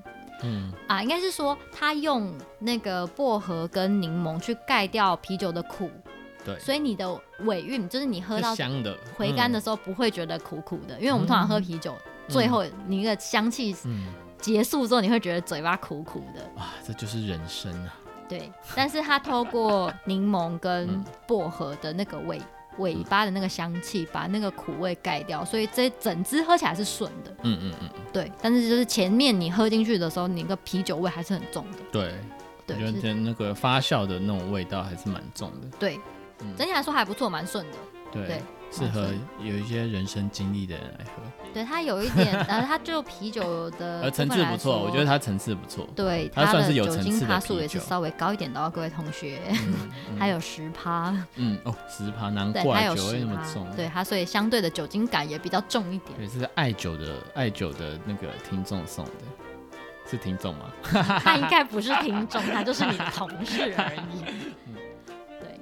Speaker 2: 嗯，
Speaker 1: 啊，应该是说它用那个薄荷跟柠檬去盖掉啤酒的苦，
Speaker 2: 对
Speaker 1: 所以你的尾韵就是你喝
Speaker 2: 是
Speaker 1: 到
Speaker 2: 香的，
Speaker 1: 回甘的
Speaker 2: 嗯
Speaker 1: 时候不会觉得苦苦的，因为我们通常喝啤酒，最后你那个香气
Speaker 2: 嗯
Speaker 1: 结束之后，你会觉得嘴巴苦苦的，
Speaker 2: 啊，这就是人生啊，
Speaker 1: 对。但是它透过柠檬跟
Speaker 2: 嗯
Speaker 1: 薄荷的那个尾尾巴的那个香气，把那个苦味盖掉，所以这整支喝起来是顺的，
Speaker 2: 嗯嗯嗯，
Speaker 1: 对。但是就是前面你喝进去的时候，你那个啤酒味还是很重的，
Speaker 2: 对，我
Speaker 1: 对，
Speaker 2: 觉
Speaker 1: 就是
Speaker 2: 得那个发酵的那种味道还是蛮重的，
Speaker 1: 对。
Speaker 2: 嗯
Speaker 1: 整体来说还不错，蛮顺的。对
Speaker 2: 对，适合有一些人生经历的人来喝，
Speaker 1: 对它有一 点，呃，它就啤酒的
Speaker 2: 而呃层
Speaker 1: 部
Speaker 2: 次
Speaker 1: 分来
Speaker 2: 不错，
Speaker 1: 说
Speaker 2: 我觉得它层次不错，
Speaker 1: 呃对，
Speaker 2: 它算
Speaker 1: 的
Speaker 2: 是有
Speaker 1: 酒
Speaker 2: 层
Speaker 1: 精
Speaker 2: 次的
Speaker 1: 趴
Speaker 2: 啤
Speaker 1: 数也是
Speaker 2: 酒
Speaker 1: 稍微高一点的哦，各位同学， 还有十趴，
Speaker 2: 嗯哦，十趴，难
Speaker 1: 对，它
Speaker 2: 怪
Speaker 1: 有
Speaker 2: 酒会
Speaker 1: 十
Speaker 2: 那
Speaker 1: 趴
Speaker 2: 么重，，
Speaker 1: 对它，所以相对的酒精感也比较重一点。
Speaker 2: 对，这是爱酒的爱酒的那个听众送的，是听众吗？
Speaker 1: 他应该不是听众，他就是你的同事而已。 对，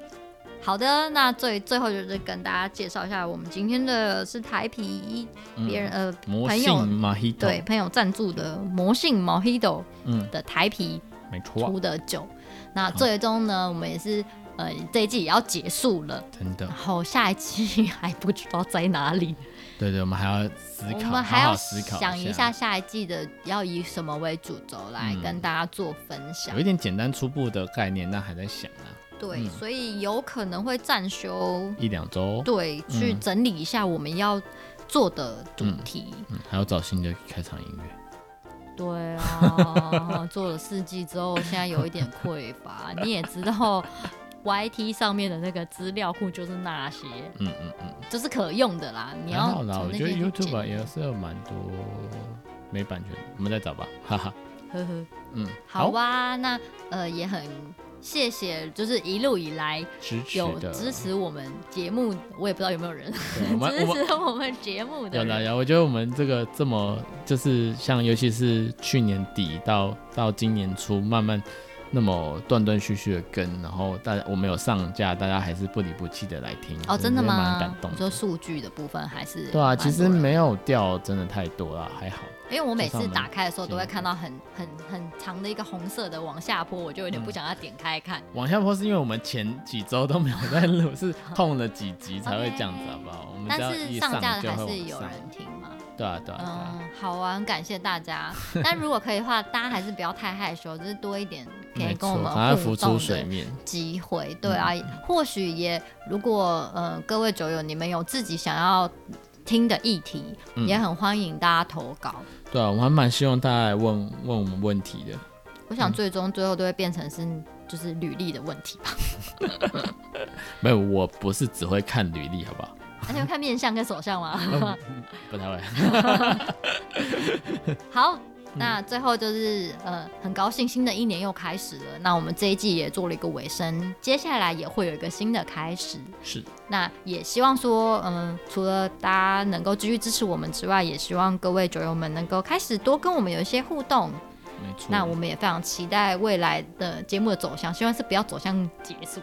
Speaker 1: 好的，那最最后就是跟大家介绍一下，我们今天的是台啤，
Speaker 2: 嗯
Speaker 1: 别人呃
Speaker 2: 魔
Speaker 1: 朋
Speaker 2: 性
Speaker 1: 友
Speaker 2: 马希豆，
Speaker 1: 对，朋友赞助的魔性 Mojito
Speaker 2: 嗯，
Speaker 1: 的台啤
Speaker 2: 没错，
Speaker 1: 出的酒。那最终呢，我们也是呃这一季也要结束了。
Speaker 2: 真的
Speaker 1: 然，后下一期还不知道在哪里，
Speaker 2: 对对，我们还要思考，
Speaker 1: 我们还
Speaker 2: 好
Speaker 1: 要
Speaker 2: 好思考
Speaker 1: 想一
Speaker 2: 一
Speaker 1: 下，下一季的要以什么为主轴来
Speaker 2: 嗯
Speaker 1: 跟大家做分享
Speaker 2: 有一。点简单初步的概念，但还在想啊，
Speaker 1: 对，
Speaker 2: 嗯
Speaker 1: 所以有可能会暂休，
Speaker 2: 一两周，
Speaker 1: 对，去
Speaker 2: 嗯
Speaker 1: 整理一下我们要做的主题。
Speaker 2: 嗯，还要找新的开场音乐，
Speaker 1: 对 啊，做了四季之后，现在有一点匮乏，你也知道。YT 上面的那个资料库就是那些，
Speaker 2: 嗯嗯嗯，
Speaker 1: 就是可用的啦。你
Speaker 2: 还
Speaker 1: 要
Speaker 2: 好啦，
Speaker 1: 从
Speaker 2: 我
Speaker 1: 那
Speaker 2: 觉得
Speaker 1: 些去
Speaker 2: YouTube 啊
Speaker 1: 剪
Speaker 2: 也是有蛮多没版权的，我们再找吧，哈哈，
Speaker 1: 呵呵。
Speaker 2: 嗯，
Speaker 1: 好啊，那呃也很谢谢，就是一路以来
Speaker 2: 支持
Speaker 1: 有
Speaker 2: 的
Speaker 1: 支持我们节目，我也不知道有没有人
Speaker 2: 对我们我们
Speaker 1: 支持我们节目的
Speaker 2: 有啦
Speaker 1: 人。
Speaker 2: 有，我觉得我们这个这么就是像，尤其是去年底到到今年初，慢慢那么断断续续的跟，然后大家我们有上架，大家还是不离不弃的来听。
Speaker 1: 哦，真的
Speaker 2: 我觉得蛮
Speaker 1: 吗
Speaker 2: 感？动
Speaker 1: 你说。
Speaker 2: 的
Speaker 1: 数据的部分还是
Speaker 2: 对啊，
Speaker 1: 蛮多
Speaker 2: 其实
Speaker 1: 人，
Speaker 2: 没有掉，真的太多了，还好。
Speaker 1: 因为我每
Speaker 2: 至
Speaker 1: 次
Speaker 2: 少蛮
Speaker 1: 打开的时候都会
Speaker 2: 新的
Speaker 1: 看到很很很长的一个红色的往下坡，我就有点不想要点开看。
Speaker 2: 往下坡是因为我们前几周都没有在录，是痛了几集才会这样子，
Speaker 1: OK
Speaker 2: 好不好？我们只要
Speaker 1: 但是
Speaker 2: 一
Speaker 1: 上架
Speaker 2: 就
Speaker 1: 的还
Speaker 2: 会
Speaker 1: 是
Speaker 2: 往
Speaker 1: 有
Speaker 2: 上。
Speaker 1: 人听嘛？
Speaker 2: 对啊，对啊，对啊。
Speaker 1: 嗯，好啊，很感谢大家。但如果可以的话，大家还是不要太害羞，就是多一点可以
Speaker 2: 没
Speaker 1: 跟我
Speaker 2: 错，
Speaker 1: 们
Speaker 2: 赶快
Speaker 1: 互
Speaker 2: 浮
Speaker 1: 动
Speaker 2: 出
Speaker 1: 的
Speaker 2: 水面。
Speaker 1: 机会，对啊，
Speaker 2: 嗯
Speaker 1: 或许也如果呃各位酒友你们有自己想要听的议题，
Speaker 2: 嗯
Speaker 1: 也很欢迎大家投稿。
Speaker 2: 对啊，我还蛮希望大家来问问我们问题的。
Speaker 1: 我想最终最后都会变成是就是履历的问题吧，
Speaker 2: 没有，我不是只会看履历，好不好？
Speaker 1: 那你们看面相跟手相吗？
Speaker 2: 不太会。
Speaker 1: 好。那最后就是呃，很高兴新的一年又开始了。那我们这一季也做了一个尾声，接下来也会有一个新的开始。
Speaker 2: 是，
Speaker 1: 那也希望说，嗯，除了大家能够继续支持我们之外，也希望各位酒友们能够开始多跟我们有一些互动。
Speaker 2: 没错。
Speaker 1: 那我们也非常期待未来的节目的走向，希望是不要走向结束，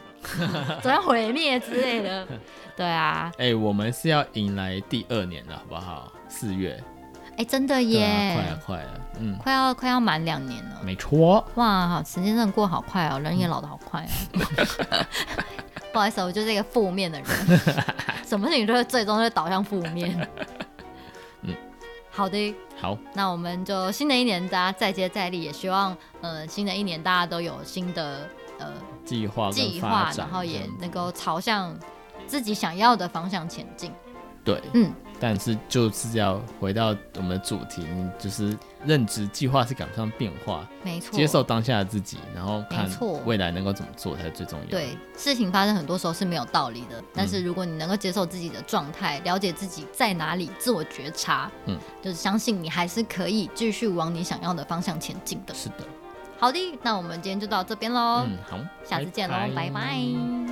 Speaker 1: 走向毁灭之类的。对啊，
Speaker 2: 哎、我们是要迎来第二年了，好不好？四月，
Speaker 1: 哎、真的
Speaker 2: 对
Speaker 1: 耶，
Speaker 2: 啊，快了，快了，嗯，
Speaker 1: 快要快要满两年了。
Speaker 2: 没错。
Speaker 1: 哇，好，时间真的过好快哦，人也老得好快哦。 不好意思，我就是一个负面的人，什么事情都会最终都会导向负面。
Speaker 2: 嗯，
Speaker 1: 好的，
Speaker 2: 好，
Speaker 1: 那我们就新的一年大家再接再厉，也希望呃新的一年大家都有新的呃
Speaker 2: 计划跟
Speaker 1: 计
Speaker 2: 发
Speaker 1: 划，
Speaker 2: 展
Speaker 1: 然后也
Speaker 2: 这样
Speaker 1: 能够朝向自己想要的方向前进。
Speaker 2: 对，
Speaker 1: 嗯，
Speaker 2: 但是就是要回到我们的主题，就是认知计划是赶不上变化，
Speaker 1: 没错，
Speaker 2: 接受当下的自己，然后看
Speaker 1: 没错
Speaker 2: 未来能够怎么做才是最重要。，
Speaker 1: 对事情发生很多时候是没有道理
Speaker 2: 嗯
Speaker 1: 的，但是如果你能够接受自己的状态，了解自己在哪里，自我觉察，
Speaker 2: 嗯，
Speaker 1: 就是相信你还是可以继续往你想要的方向前进的。
Speaker 2: 是的，
Speaker 1: 好的，那我们今天就到这边喽，
Speaker 2: 嗯，好，
Speaker 1: 下次见喽，拜拜